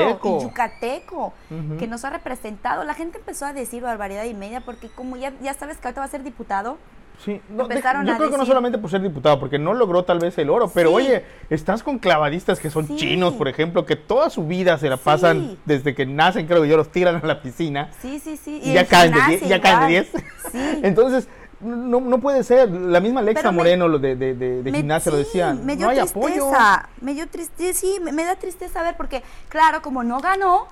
[SPEAKER 1] yucateco.
[SPEAKER 2] y yucateco
[SPEAKER 1] Ujú.
[SPEAKER 2] que nos ha representado. La gente empezó a decir barbaridad y media porque como ya, ya sabes que ahorita va a ser diputado,
[SPEAKER 1] Sí, no,
[SPEAKER 2] empezaron
[SPEAKER 1] deja- yo
[SPEAKER 2] a
[SPEAKER 1] creo que no
[SPEAKER 2] decir-
[SPEAKER 1] solamente por ser diputado, porque no logró tal vez el oro, pero
[SPEAKER 2] Sí.
[SPEAKER 1] oye, estás con clavadistas que son
[SPEAKER 2] Sí.
[SPEAKER 1] chinos, por ejemplo, que toda su vida se la
[SPEAKER 2] Sí.
[SPEAKER 1] pasan desde que nacen, creo que yo los tiran a la piscina.
[SPEAKER 2] sí, sí, sí.
[SPEAKER 1] Y ya
[SPEAKER 2] el
[SPEAKER 1] caen de
[SPEAKER 2] gimnasio
[SPEAKER 1] die- ya caen de
[SPEAKER 2] igual.
[SPEAKER 1] 10. [LAUGHS]
[SPEAKER 2] Sí.
[SPEAKER 1] Entonces, no, no puede ser. La misma Alexa
[SPEAKER 2] Pero me-
[SPEAKER 1] Moreno lo de, de, de, de
[SPEAKER 2] Me-
[SPEAKER 1] gimnasia lo
[SPEAKER 2] sí,
[SPEAKER 1] decía.
[SPEAKER 2] Me dio
[SPEAKER 1] no hay apoyo.
[SPEAKER 2] tristeza. Me dio tristeza. Sí, me, me da tristeza ver porque, claro, como no ganó,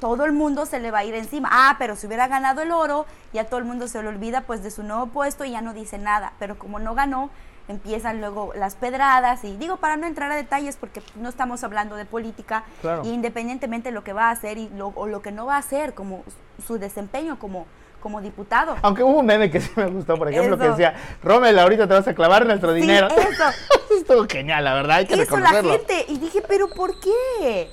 [SPEAKER 2] todo el mundo se le va a ir encima. Ah, pero si hubiera ganado el oro, ya todo el mundo se le olvida pues de su nuevo puesto y ya no dice nada. Pero como no ganó, empiezan luego las pedradas y digo para no entrar a detalles porque no estamos hablando de política
[SPEAKER 1] Claro.
[SPEAKER 2] y independientemente de lo que va a hacer y lo, o lo que no va a hacer como su- su desempeño como como diputado.
[SPEAKER 1] Aunque hubo un meme que sí me gustó, por ejemplo,
[SPEAKER 2] Eso.
[SPEAKER 1] que decía, Rommel, ahorita te vas a clavar nuestro
[SPEAKER 2] Sí,
[SPEAKER 1] dinero.
[SPEAKER 2] eso.
[SPEAKER 1] Eso [LAUGHS] estuvo genial, la verdad, hay que
[SPEAKER 2] Eso la
[SPEAKER 1] reconocerlo.
[SPEAKER 2] gente. Y dije, ¿pero por qué?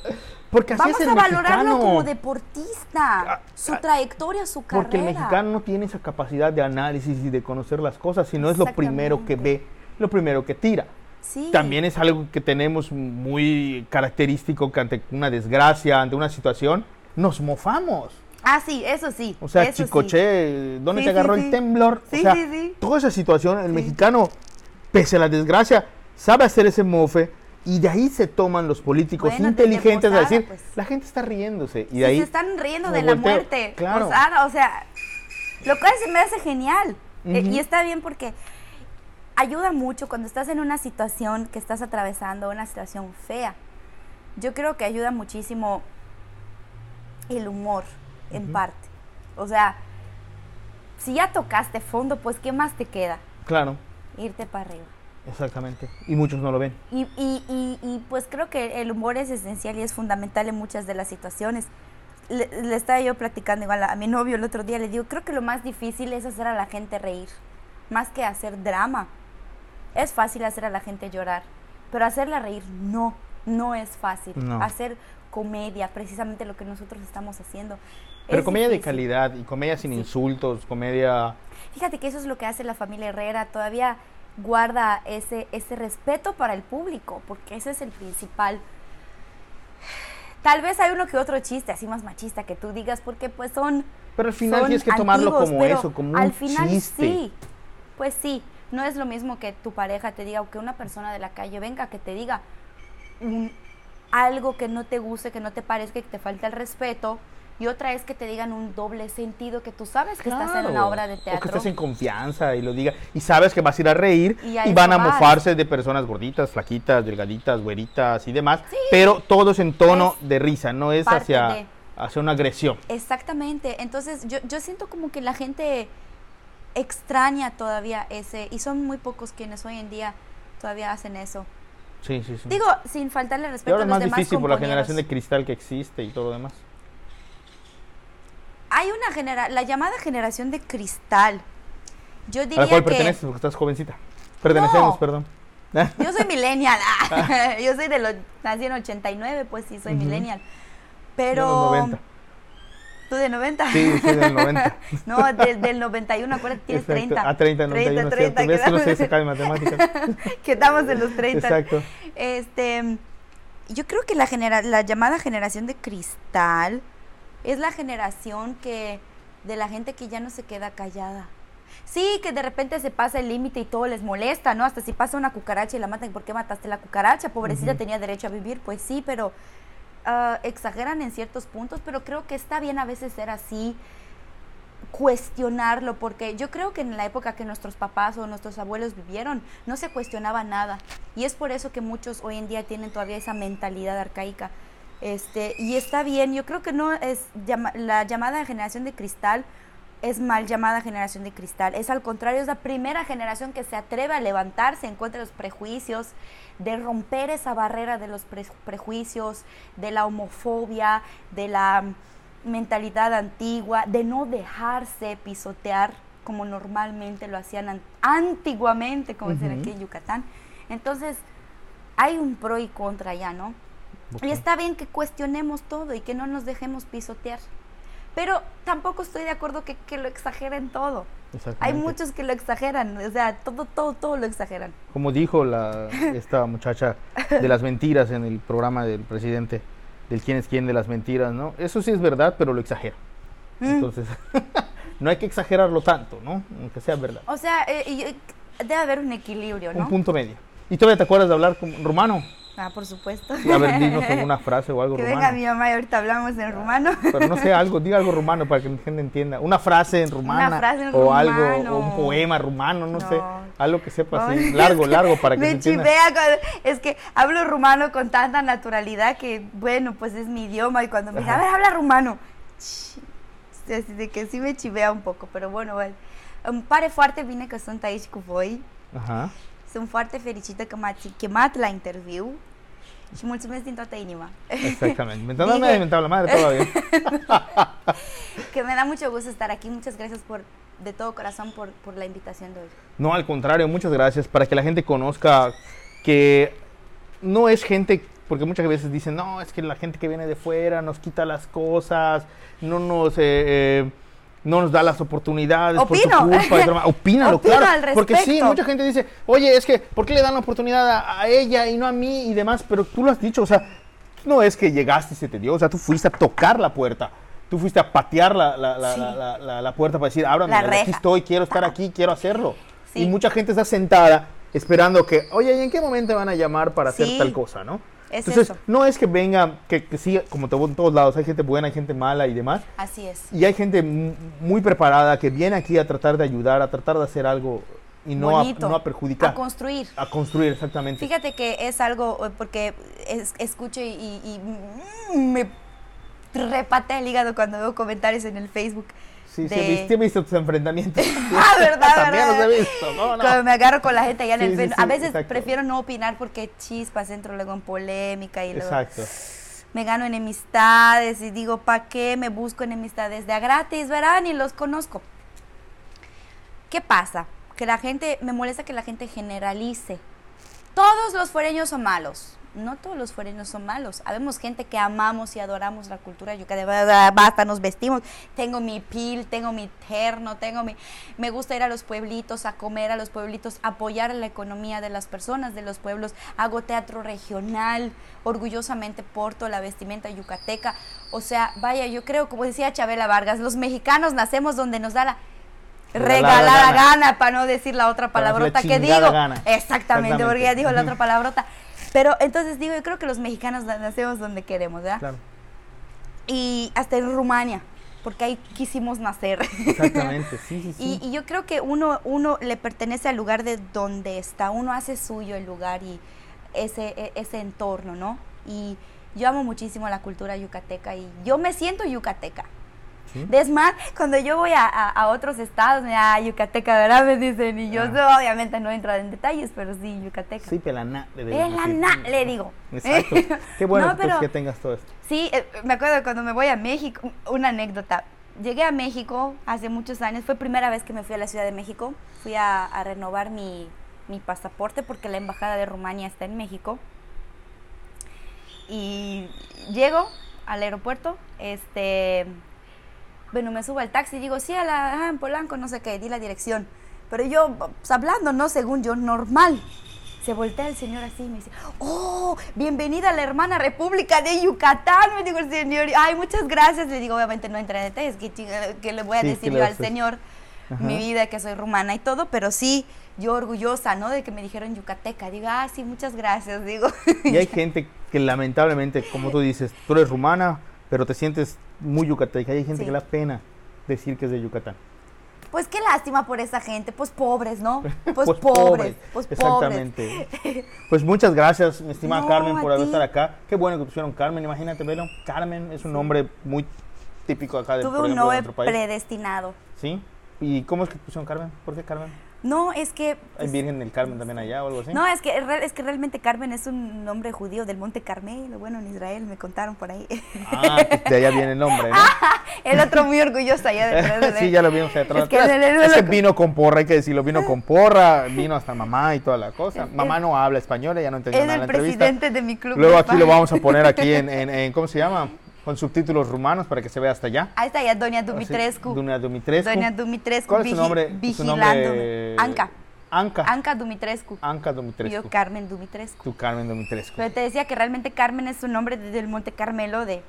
[SPEAKER 1] Porque así es
[SPEAKER 2] Vamos
[SPEAKER 1] el
[SPEAKER 2] a valorarlo
[SPEAKER 1] mexicano. Ah,
[SPEAKER 2] como deportista, su trayectoria, su carrera.
[SPEAKER 1] Porque el mexicano no tiene esa capacidad de análisis y de conocer las cosas, sino es lo primero que ve, lo primero que tira.
[SPEAKER 2] Sí.
[SPEAKER 1] También es algo que tenemos muy característico que ante una desgracia, ante una situación, nos mofamos.
[SPEAKER 2] Ah, sí, eso sí.
[SPEAKER 1] O sea,
[SPEAKER 2] eso sí.
[SPEAKER 1] chicoche, ¿dónde
[SPEAKER 2] Sí,
[SPEAKER 1] se agarró
[SPEAKER 2] sí,
[SPEAKER 1] el
[SPEAKER 2] sí.
[SPEAKER 1] temblor?
[SPEAKER 2] Sí,
[SPEAKER 1] o sea,
[SPEAKER 2] sí, sí.
[SPEAKER 1] toda esa situación, el mexicano, pese a la desgracia, sabe hacer ese mofe y de ahí se toman los políticos
[SPEAKER 2] Bueno, desde
[SPEAKER 1] inteligentes a
[SPEAKER 2] Posada,
[SPEAKER 1] decir,
[SPEAKER 2] pues.
[SPEAKER 1] la gente está riéndose. Y
[SPEAKER 2] Sí,
[SPEAKER 1] de ahí
[SPEAKER 2] se están riendo
[SPEAKER 1] me
[SPEAKER 2] de la
[SPEAKER 1] volteo.
[SPEAKER 2] muerte.
[SPEAKER 1] Claro.
[SPEAKER 2] Posada, o sea, lo cual se me hace genial. Eh,
[SPEAKER 1] Ujú.
[SPEAKER 2] y está bien porque ayuda mucho cuando estás en una situación que estás atravesando, una situación fea. Yo creo que ayuda muchísimo el humor, en parte. O sea, si ya tocaste fondo, pues ¿qué más te queda?
[SPEAKER 1] Claro,
[SPEAKER 2] Irte para arriba.
[SPEAKER 1] exactamente. Y muchos no lo ven.
[SPEAKER 2] Y, y- y- y, pues creo que el humor es esencial y es fundamental en muchas de las situaciones. Le, le estaba yo platicando igual a, a mi novio el otro día, le digo, creo que lo más difícil es hacer a la gente reír, más que hacer drama. Es fácil hacer a la gente llorar, pero hacerla reír no, no es fácil.
[SPEAKER 1] No.
[SPEAKER 2] Hacer comedia, precisamente lo que nosotros estamos haciendo.
[SPEAKER 1] Pero
[SPEAKER 2] es
[SPEAKER 1] comedia de
[SPEAKER 2] difícil.
[SPEAKER 1] calidad y comedia sin
[SPEAKER 2] Sí.
[SPEAKER 1] insultos, comedia...
[SPEAKER 2] Fíjate que eso es lo que hace la familia Herrera, todavía guarda ese, ese respeto para el público, porque ese es el principal. Tal vez hay uno que otro chiste así más machista que tú digas, porque pues son...
[SPEAKER 1] Pero al final
[SPEAKER 2] son
[SPEAKER 1] tienes que tomarlo
[SPEAKER 2] antiguos,
[SPEAKER 1] como
[SPEAKER 2] pero
[SPEAKER 1] eso, como
[SPEAKER 2] al
[SPEAKER 1] un
[SPEAKER 2] final
[SPEAKER 1] chiste.
[SPEAKER 2] sí, pues sí, no es lo mismo que tu pareja te diga o que una persona de la calle venga que te diga un- algo que no te guste, que no te parezca, que te falta el respeto. Y otra es que te digan un doble sentido que tú sabes que estás en una
[SPEAKER 1] Claro.
[SPEAKER 2] obra de
[SPEAKER 1] O que
[SPEAKER 2] teatro.
[SPEAKER 1] estés en confianza y lo diga. Y sabes que vas a ir a reír
[SPEAKER 2] Y a
[SPEAKER 1] y,
[SPEAKER 2] eso
[SPEAKER 1] van a
[SPEAKER 2] vas.
[SPEAKER 1] mofarse de personas gorditas, flaquitas, delgaditas, güeritas y demás. Pero todos en tono
[SPEAKER 2] Es
[SPEAKER 1] de risa, no es
[SPEAKER 2] parte
[SPEAKER 1] hacia,
[SPEAKER 2] de-
[SPEAKER 1] hacia una agresión.
[SPEAKER 2] Exactamente. Entonces, yo, yo siento como que la gente extraña todavía ese, y son muy pocos quienes hoy en día todavía hacen eso.
[SPEAKER 1] Sí, sí, sí.
[SPEAKER 2] Digo, sin faltarle
[SPEAKER 1] y
[SPEAKER 2] respeto
[SPEAKER 1] ahora
[SPEAKER 2] a
[SPEAKER 1] es
[SPEAKER 2] los
[SPEAKER 1] más
[SPEAKER 2] demás
[SPEAKER 1] difícil por la generación de
[SPEAKER 2] compañeros.
[SPEAKER 1] cristal que existe y todo lo demás.
[SPEAKER 2] Hay una generación, la llamada generación de cristal. Yo
[SPEAKER 1] A
[SPEAKER 2] diría
[SPEAKER 1] la cual
[SPEAKER 2] que
[SPEAKER 1] perteneces porque estás jovencita. Pertenecemos, perdón.
[SPEAKER 2] [LAUGHS] yo soy
[SPEAKER 1] [LAUGHS]
[SPEAKER 2] millennial. [LAUGHS] ah. yo soy de los nací en 89, pues sí soy
[SPEAKER 1] Ujú.
[SPEAKER 2] millennial.
[SPEAKER 1] De
[SPEAKER 2] Pero
[SPEAKER 1] los 90.
[SPEAKER 2] tú de 90.
[SPEAKER 1] Sí, soy del 90.
[SPEAKER 2] [LAUGHS] No, del, del 91, acuérdate, tienes
[SPEAKER 1] Exacto. Ah,
[SPEAKER 2] 30.
[SPEAKER 1] A 30, 91,
[SPEAKER 2] 30,
[SPEAKER 1] ¿cierto? ¿Ves que no sé
[SPEAKER 2] quedamos-
[SPEAKER 1] sacar de matemáticas?
[SPEAKER 2] que estamos en [LAUGHS] los 30.
[SPEAKER 1] Exacto.
[SPEAKER 2] Este, yo creo que la, genera- la llamada generación de cristal es la generación que de la gente que ya no se queda callada. Sí, que de repente se pasa el límite y todo les molesta, ¿no? Hasta si pasa una cucaracha y la matan, ¿por qué mataste la cucaracha? Pobrecita
[SPEAKER 1] Ujú.
[SPEAKER 2] tenía derecho a vivir, pues sí, pero ah, exageran en ciertos puntos, pero creo que está bien a veces ser así, cuestionarlo, porque yo creo que en la época que nuestros papás o nuestros abuelos vivieron, no se cuestionaba nada. Y es por eso que muchos hoy en día tienen todavía esa mentalidad arcaica. Este, y está bien, yo creo que no es llama- la llamada generación de cristal es mal llamada generación de cristal, es al contrario, es la primera generación que se atreve a levantarse en contra de los prejuicios, de romper esa barrera de los pre- prejuicios, de la homofobia, de la mentalidad antigua, de no dejarse pisotear como normalmente lo hacían an- antiguamente, como dicen
[SPEAKER 1] Ujú.
[SPEAKER 2] aquí en Yucatán. Entonces, hay un pro y contra ya, ¿no? Y
[SPEAKER 1] Ok.
[SPEAKER 2] está bien que cuestionemos todo y que no nos dejemos pisotear. Pero tampoco estoy de acuerdo que, que lo exageren todo. Hay
[SPEAKER 1] Exactamente.
[SPEAKER 2] muchos que lo exageran, o sea, todo, todo, todo lo exageran.
[SPEAKER 1] Como dijo la, esta muchacha de las mentiras en el programa del presidente, del quién es quién de las mentiras, ¿no? Eso sí es verdad, pero lo exagera.
[SPEAKER 2] Mm.
[SPEAKER 1] Entonces, [LAUGHS] no hay que exagerarlo tanto, ¿no? Aunque sea verdad.
[SPEAKER 2] O sea, eh, y- y- debe haber un equilibrio,
[SPEAKER 1] Un
[SPEAKER 2] ¿no?
[SPEAKER 1] punto medio. ¿Y todavía te acuerdas de hablar con rumano?
[SPEAKER 2] Ah, por supuesto.
[SPEAKER 1] A ver,
[SPEAKER 2] [LAUGHS]
[SPEAKER 1] dinos alguna Ah, frase o algo
[SPEAKER 2] que venga mi
[SPEAKER 1] rumano.
[SPEAKER 2] mamá y ahorita hablamos en rumano.
[SPEAKER 1] Pero no sé, algo, diga algo rumano para que la gente entienda. Una frase en rumana.
[SPEAKER 2] frase en
[SPEAKER 1] o algo,
[SPEAKER 2] rumano.
[SPEAKER 1] o un poema rumano, no, sé.
[SPEAKER 2] No.
[SPEAKER 1] Algo que sepa así,
[SPEAKER 2] Ay,
[SPEAKER 1] Pues largo,
[SPEAKER 2] es que
[SPEAKER 1] largo, para que se
[SPEAKER 2] [LAUGHS] me
[SPEAKER 1] entienda.
[SPEAKER 2] chivea cuando- es que hablo rumano con tanta naturalidad que bueno pues es mi idioma y cuando me dice, a
[SPEAKER 1] Ajá.
[SPEAKER 2] ver habla rumano ch- así de que sí me chivea un poco pero bueno bueno un pare fuerte vine que sunt aici cu voi
[SPEAKER 1] Ajá.
[SPEAKER 2] sunt foarte fericită că m-ați chemat la interviu și mulțumesc din toată inima
[SPEAKER 1] Exactamente. Mientras no me
[SPEAKER 2] Dije-
[SPEAKER 1] haya inventado la madre, todo bien.
[SPEAKER 2] [LAUGHS] que me da mucho gusto estar aquí. Muchas gracias por, de todo corazón por, por la invitación de hoy.
[SPEAKER 1] No, al contrario, muchas gracias. Para que la gente conozca que no es gente, porque muchas veces dicen, no, es que la gente que viene de fuera nos quita las cosas, no nos... eh, eh, no nos da las oportunidades
[SPEAKER 2] Opino.
[SPEAKER 1] por tu
[SPEAKER 2] [LAUGHS]
[SPEAKER 1] culpa. y broma. Opínalo,
[SPEAKER 2] Opino
[SPEAKER 1] claro.
[SPEAKER 2] al
[SPEAKER 1] porque sí,
[SPEAKER 2] respecto.
[SPEAKER 1] mucha gente dice, oye, es que, ¿por qué le dan la oportunidad a, a ella y no a mí y demás? Pero tú lo has dicho, o sea, no es que llegaste y se te dio, o sea, tú fuiste a tocar la puerta. Tú fuiste a patear la, la- la-
[SPEAKER 2] Sí.
[SPEAKER 1] la- la- la- la puerta para decir, ábrame,
[SPEAKER 2] La
[SPEAKER 1] aquí
[SPEAKER 2] reja.
[SPEAKER 1] estoy, quiero estar aquí, quiero hacerlo.
[SPEAKER 2] Sí.
[SPEAKER 1] Y mucha gente está sentada esperando que, oye, ¿y en qué momento van a llamar para hacer
[SPEAKER 2] Sí.
[SPEAKER 1] tal cosa, no?
[SPEAKER 2] Es
[SPEAKER 1] Entonces,
[SPEAKER 2] eso.
[SPEAKER 1] no es que venga, que, que sí, como te voy en todos lados, hay gente buena, hay gente mala y demás,
[SPEAKER 2] Así es.
[SPEAKER 1] y hay gente mu- muy preparada que viene aquí a tratar de ayudar, a tratar de hacer algo y no, a,
[SPEAKER 2] Bonito.
[SPEAKER 1] no a perjudicar,
[SPEAKER 2] A construir.
[SPEAKER 1] a construir exactamente.
[SPEAKER 2] Fíjate que es algo, eh, porque es- escucho y, y- y mm, me repatea el hígado cuando veo comentarios en el Facebook.
[SPEAKER 1] sí, sí,
[SPEAKER 2] de-
[SPEAKER 1] he visto- sí he visto tus enfrentamientos.
[SPEAKER 2] [LAUGHS] Ah,
[SPEAKER 1] [LAUGHS]
[SPEAKER 2] ¿verdad?
[SPEAKER 1] También
[SPEAKER 2] verdad?
[SPEAKER 1] los he visto, no, no.
[SPEAKER 2] Cuando me agarro con la gente allá en
[SPEAKER 1] Sí,
[SPEAKER 2] el
[SPEAKER 1] sí,
[SPEAKER 2] Facebook.
[SPEAKER 1] sí,
[SPEAKER 2] a veces
[SPEAKER 1] exacto.
[SPEAKER 2] prefiero no opinar porque chispas, entro luego en polémica y luego
[SPEAKER 1] Exacto.
[SPEAKER 2] me gano enemistades y digo, ¿para qué me busco enemistades de a gratis, verán? Y los conozco. ¿Qué pasa? Que la gente, me molesta que la gente generalice. Todos los fuereños son malos. No todos los fuereños son malos. Habemos gente que amamos y adoramos la cultura yucateca. Ba- ba- Basta, nos vestimos. Tengo mi pil, tengo mi terno, tengo mi... Me gusta ir a los pueblitos, a comer a los pueblitos, apoyar la economía de las personas, de los pueblos. Hago teatro regional, orgullosamente porto la vestimenta yucateca. O sea, vaya, yo creo, como decía Chabela Vargas, los mexicanos nacemos donde nos da la
[SPEAKER 1] Regalada
[SPEAKER 2] regalada
[SPEAKER 1] gana.
[SPEAKER 2] gana, para no decir la otra
[SPEAKER 1] Para
[SPEAKER 2] palabrota
[SPEAKER 1] decir la
[SPEAKER 2] que
[SPEAKER 1] chingada
[SPEAKER 2] digo.
[SPEAKER 1] gana.
[SPEAKER 2] Exactamente,
[SPEAKER 1] Exactamente.
[SPEAKER 2] porque ya dijo la
[SPEAKER 1] Ujú.
[SPEAKER 2] otra palabrota. Pero entonces digo, yo creo que los mexicanos na- nacemos donde queremos, ¿verdad?
[SPEAKER 1] Claro,
[SPEAKER 2] Y hasta en Rumania, porque ahí quisimos nacer.
[SPEAKER 1] exactamente, sí, sí, sí.
[SPEAKER 2] Y, y yo creo que uno, uno le pertenece al lugar de donde está, uno hace suyo el lugar y ese, e- ese entorno, ¿no? Y yo amo muchísimo la cultura yucateca y yo me siento yucateca.
[SPEAKER 1] Sí.
[SPEAKER 2] Es más, cuando yo voy a, a- a otros estados, me ah, yucateca, ¿verdad? Me dicen, y yo
[SPEAKER 1] Ah.
[SPEAKER 2] no, obviamente no entro en detalles, pero sí, yucateca.
[SPEAKER 1] Sí, pelana, le digo.
[SPEAKER 2] Es la na, le digo. [LAUGHS]
[SPEAKER 1] Exacto. Qué bueno
[SPEAKER 2] No,
[SPEAKER 1] pues,
[SPEAKER 2] pero-
[SPEAKER 1] que tengas todo esto.
[SPEAKER 2] Sí, eh, me acuerdo cuando me voy a México, una anécdota. Llegué a México hace muchos años, fue primera vez que me fui a la Ciudad de México. Fui a, a renovar mi, mi pasaporte porque la embajada de Rumania está en México. Y llego al aeropuerto, este, bueno, me subo al taxi y digo, sí, a la, ah, en Polanco, no sé qué, di la dirección. Pero yo, pues, hablando, ¿no? Según yo, normal. Se voltea el señor así y me dice, oh, bienvenida a la hermana república de Yucatán, me dijo el señor. Ay, muchas gracias. Le digo, obviamente no entra en detalles, que, chinga- que le voy a
[SPEAKER 1] Sí, ¿qué
[SPEAKER 2] decir
[SPEAKER 1] le
[SPEAKER 2] yo
[SPEAKER 1] vas a
[SPEAKER 2] al
[SPEAKER 1] hacer?
[SPEAKER 2] señor
[SPEAKER 1] Ajá.
[SPEAKER 2] mi vida, que soy rumana y todo, pero sí, yo orgullosa, ¿no? De que me dijeron yucateca. Digo, ah, sí, muchas gracias, digo.
[SPEAKER 1] Y
[SPEAKER 2] [LAUGHS]
[SPEAKER 1] hay gente que lamentablemente, como tú dices, tú eres rumana, pero te sientes muy yucateca. Hay gente
[SPEAKER 2] Sí.
[SPEAKER 1] que le da pena decir que es de Yucatán.
[SPEAKER 2] Pues qué lástima por esa gente, pues
[SPEAKER 1] [LAUGHS]
[SPEAKER 2] pobres, ¿no? Pues, pobres, pues pobres.
[SPEAKER 1] Exactamente.
[SPEAKER 2] [LAUGHS]
[SPEAKER 1] Pues muchas gracias, mi estimada
[SPEAKER 2] No,
[SPEAKER 1] Carmen,
[SPEAKER 2] a
[SPEAKER 1] por haber
[SPEAKER 2] ti.
[SPEAKER 1] estado acá. Qué bueno que pusieron Carmen, imagínate, velo. Carmen es un nombre muy típico acá de,
[SPEAKER 2] Tuve
[SPEAKER 1] por ejemplo,
[SPEAKER 2] un
[SPEAKER 1] de
[SPEAKER 2] nombre
[SPEAKER 1] nuestro país.
[SPEAKER 2] predestinado.
[SPEAKER 1] ¿Sí? ¿Y cómo es que pusieron Carmen? ¿Por qué Carmen?
[SPEAKER 2] No, es que...
[SPEAKER 1] ¿Hay Virgen del Carmen también allá o algo así?
[SPEAKER 2] Pues No, es que, re- es que realmente Carmen es un nombre judío del Monte Carmelo, bueno, en Israel, me contaron por ahí. [LAUGHS]
[SPEAKER 1] Ah, pues de allá viene el nombre,
[SPEAKER 2] Ah,
[SPEAKER 1] ¿no?
[SPEAKER 2] El otro muy orgulloso allá detrás
[SPEAKER 1] [LAUGHS]
[SPEAKER 2] de
[SPEAKER 1] sí, ya lo vimos atrás.
[SPEAKER 2] Es que en el- en
[SPEAKER 1] Es que
[SPEAKER 2] el-
[SPEAKER 1] vino con porra, hay que decirlo, vino con porra, vino hasta mamá y toda la cosa. Mamá no habla español, ella no entendió
[SPEAKER 2] Es
[SPEAKER 1] nada de
[SPEAKER 2] el
[SPEAKER 1] la entrevista.
[SPEAKER 2] presidente de mi club.
[SPEAKER 1] Luego
[SPEAKER 2] de
[SPEAKER 1] aquí lo
[SPEAKER 2] fans.
[SPEAKER 1] vamos a poner aquí
[SPEAKER 2] [LAUGHS]
[SPEAKER 1] en, en- en- ¿cómo se llama? Con subtítulos rumanos para que se vea hasta allá.
[SPEAKER 2] Ahí está ya Doña Dumitrescu.
[SPEAKER 1] Doña Dumitrescu.
[SPEAKER 2] Doña Dumitrescu.
[SPEAKER 1] ¿Cuál es su
[SPEAKER 2] vigi-
[SPEAKER 1] nombre? Su
[SPEAKER 2] Vigilando.
[SPEAKER 1] nombre...
[SPEAKER 2] Anca.
[SPEAKER 1] Anca.
[SPEAKER 2] Anca Dumitrescu.
[SPEAKER 1] Anca
[SPEAKER 2] Y
[SPEAKER 1] Dumitrescu.
[SPEAKER 2] yo Carmen Dumitrescu.
[SPEAKER 1] Tú, Carmen Dumitrescu.
[SPEAKER 2] Pero te decía que realmente Carmen es un nombre de- del Monte Carmelo de...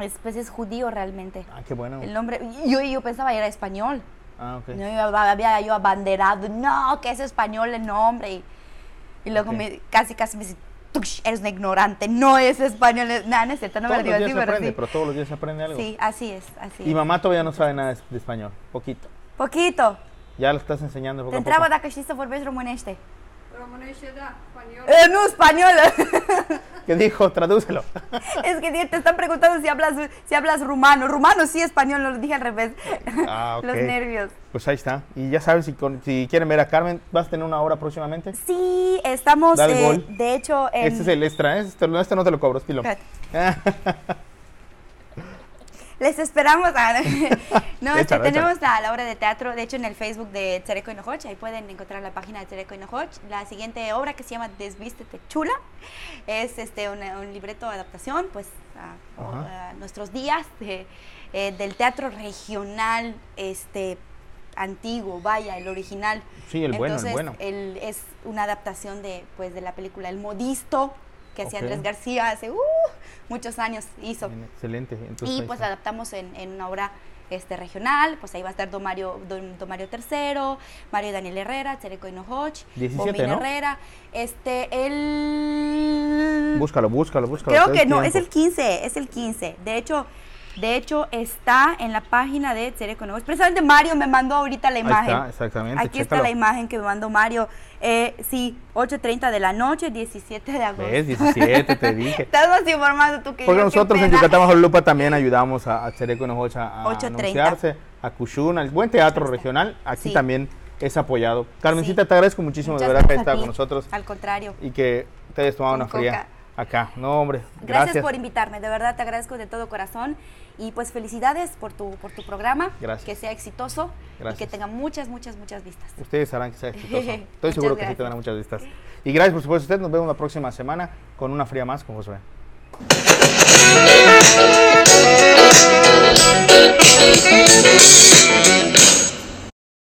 [SPEAKER 2] Es, pues es judío realmente.
[SPEAKER 1] Ah, qué bueno.
[SPEAKER 2] El nombre... Yo, yo pensaba era español.
[SPEAKER 1] Ah, ok.
[SPEAKER 2] No, yo había yo abanderado, no, que es español el nombre. Y, y luego
[SPEAKER 1] Ok.
[SPEAKER 2] me, casi, casi me dice, "Tush, eres una ignorante, no es español. Nada, no es cierto, no
[SPEAKER 1] todos los
[SPEAKER 2] me lo
[SPEAKER 1] días
[SPEAKER 2] digo
[SPEAKER 1] se
[SPEAKER 2] así, pero
[SPEAKER 1] aprende,
[SPEAKER 2] sí.
[SPEAKER 1] pero todos los días se aprende algo.
[SPEAKER 2] Sí, así es, así
[SPEAKER 1] Y
[SPEAKER 2] es.
[SPEAKER 1] mamá todavía no sabe nada de- de español. Poquito.
[SPEAKER 2] Poquito.
[SPEAKER 1] Ya lo estás enseñando poco
[SPEAKER 2] Te
[SPEAKER 1] a
[SPEAKER 2] entraba
[SPEAKER 1] poco.
[SPEAKER 2] dacă știi să vorbești românește.
[SPEAKER 3] Românește, da, spaniolă.
[SPEAKER 2] Eh, no, español. [LAUGHS]
[SPEAKER 1] ¿Qué dijo? Tradúcelo.
[SPEAKER 2] es que te están preguntando si hablas, si hablas rumano. Rumano sí, español, lo dije al revés.
[SPEAKER 1] Ah, ok.
[SPEAKER 2] Los nervios.
[SPEAKER 1] [LAUGHS] Pues ahí está. Y ya sabes, si, con- si quieren ver a Carmen, vas a tener una hora próximamente.
[SPEAKER 2] Sí, estamos,
[SPEAKER 1] Dale
[SPEAKER 2] eh,
[SPEAKER 1] gol.
[SPEAKER 2] de hecho, en...
[SPEAKER 1] [LAUGHS] Ah,
[SPEAKER 2] [LAUGHS]
[SPEAKER 1] Este es el extra, ¿eh? Este, este no te lo cobro, es pilón.
[SPEAKER 2] Espérate. les esperamos.
[SPEAKER 1] [LAUGHS]
[SPEAKER 2] a- no, este,
[SPEAKER 1] Échala,
[SPEAKER 2] tenemos la, la obra de teatro, de hecho, en el Facebook de Tzereco Hinojoch, ahí pueden encontrar la página de Tzereco Hinojoch. La siguiente obra que se llama Desvístete Chula, es este una- un libreto de adaptación, pues, a, o-
[SPEAKER 1] Ajá.
[SPEAKER 2] a nuestros días de, eh, del teatro regional, este antiguo, vaya, el original.
[SPEAKER 1] Sí, el bueno, el
[SPEAKER 2] Entonces,
[SPEAKER 1] bueno.
[SPEAKER 2] el- es una adaptación de, pues, de la película El Modisto, que hacía
[SPEAKER 1] Ok.
[SPEAKER 2] Andrés García hace uh, muchos años, hizo.
[SPEAKER 1] Bien, Excelente. Entonces,
[SPEAKER 2] Y
[SPEAKER 1] ahí
[SPEAKER 2] pues la
[SPEAKER 1] está.
[SPEAKER 2] adaptamos en, en una obra este, regional, pues ahí va a estar Don Mario, Don, Don Mario III, Mario Daniel Herrera, Chereco Hinojoch,
[SPEAKER 1] 17,
[SPEAKER 2] Bomín
[SPEAKER 1] ¿no?
[SPEAKER 2] Herrera, este, el...
[SPEAKER 1] Búscalo, búscalo, búscalo.
[SPEAKER 2] Creo
[SPEAKER 1] traes
[SPEAKER 2] que no, es
[SPEAKER 1] tiempo.
[SPEAKER 2] el 15, es el 15. De hecho, de hecho está en la página de Chereco Hinojoch. Precisamente Mario me mandó ahorita la
[SPEAKER 1] Ahí
[SPEAKER 2] imagen.
[SPEAKER 1] está, exactamente.
[SPEAKER 2] Aquí está
[SPEAKER 1] chécalo.
[SPEAKER 2] la imagen que me mandó Mario. Eh, sí, 8.30 de la noche, 17 de agosto.
[SPEAKER 1] ¿Ves?
[SPEAKER 2] [LAUGHS]
[SPEAKER 1] 17, te dije.
[SPEAKER 2] Estás más informado tú que
[SPEAKER 1] Porque
[SPEAKER 2] yo, qué
[SPEAKER 1] nosotros en
[SPEAKER 2] pena.
[SPEAKER 1] Yucatán Bajo Lupa también ayudamos a, a Chereco Hinojosa a
[SPEAKER 2] 8:30.
[SPEAKER 1] anunciarse, a Cushun, al buen teatro regional. Aquí
[SPEAKER 2] Sí.
[SPEAKER 1] también es apoyado. Carmencita,
[SPEAKER 2] Sí.
[SPEAKER 1] te agradezco muchísimo
[SPEAKER 2] Muchas
[SPEAKER 1] de verdad que hayas
[SPEAKER 2] gracias a
[SPEAKER 1] estado
[SPEAKER 2] ti.
[SPEAKER 1] con nosotros
[SPEAKER 2] Al contrario.
[SPEAKER 1] y que te hayas tomado
[SPEAKER 2] Con
[SPEAKER 1] una fría
[SPEAKER 2] coca.
[SPEAKER 1] acá. No, hombre,
[SPEAKER 2] Gracias.
[SPEAKER 1] gracias.
[SPEAKER 2] por invitarme, de verdad te agradezco de todo corazón y pues felicidades por tu por tu programa,
[SPEAKER 1] Gracias.
[SPEAKER 2] que sea exitoso
[SPEAKER 1] Gracias.
[SPEAKER 2] y que tenga muchas muchas muchas vistas.
[SPEAKER 1] Ustedes harán que sea
[SPEAKER 2] [LAUGHS]
[SPEAKER 1] exitoso. Estoy
[SPEAKER 2] Muchas
[SPEAKER 1] seguro que sí
[SPEAKER 2] gracias.
[SPEAKER 1] te van a muchas de estas. Y gracias por supuesto a ustedes. Nos vemos la próxima semana con una fría más con Josué.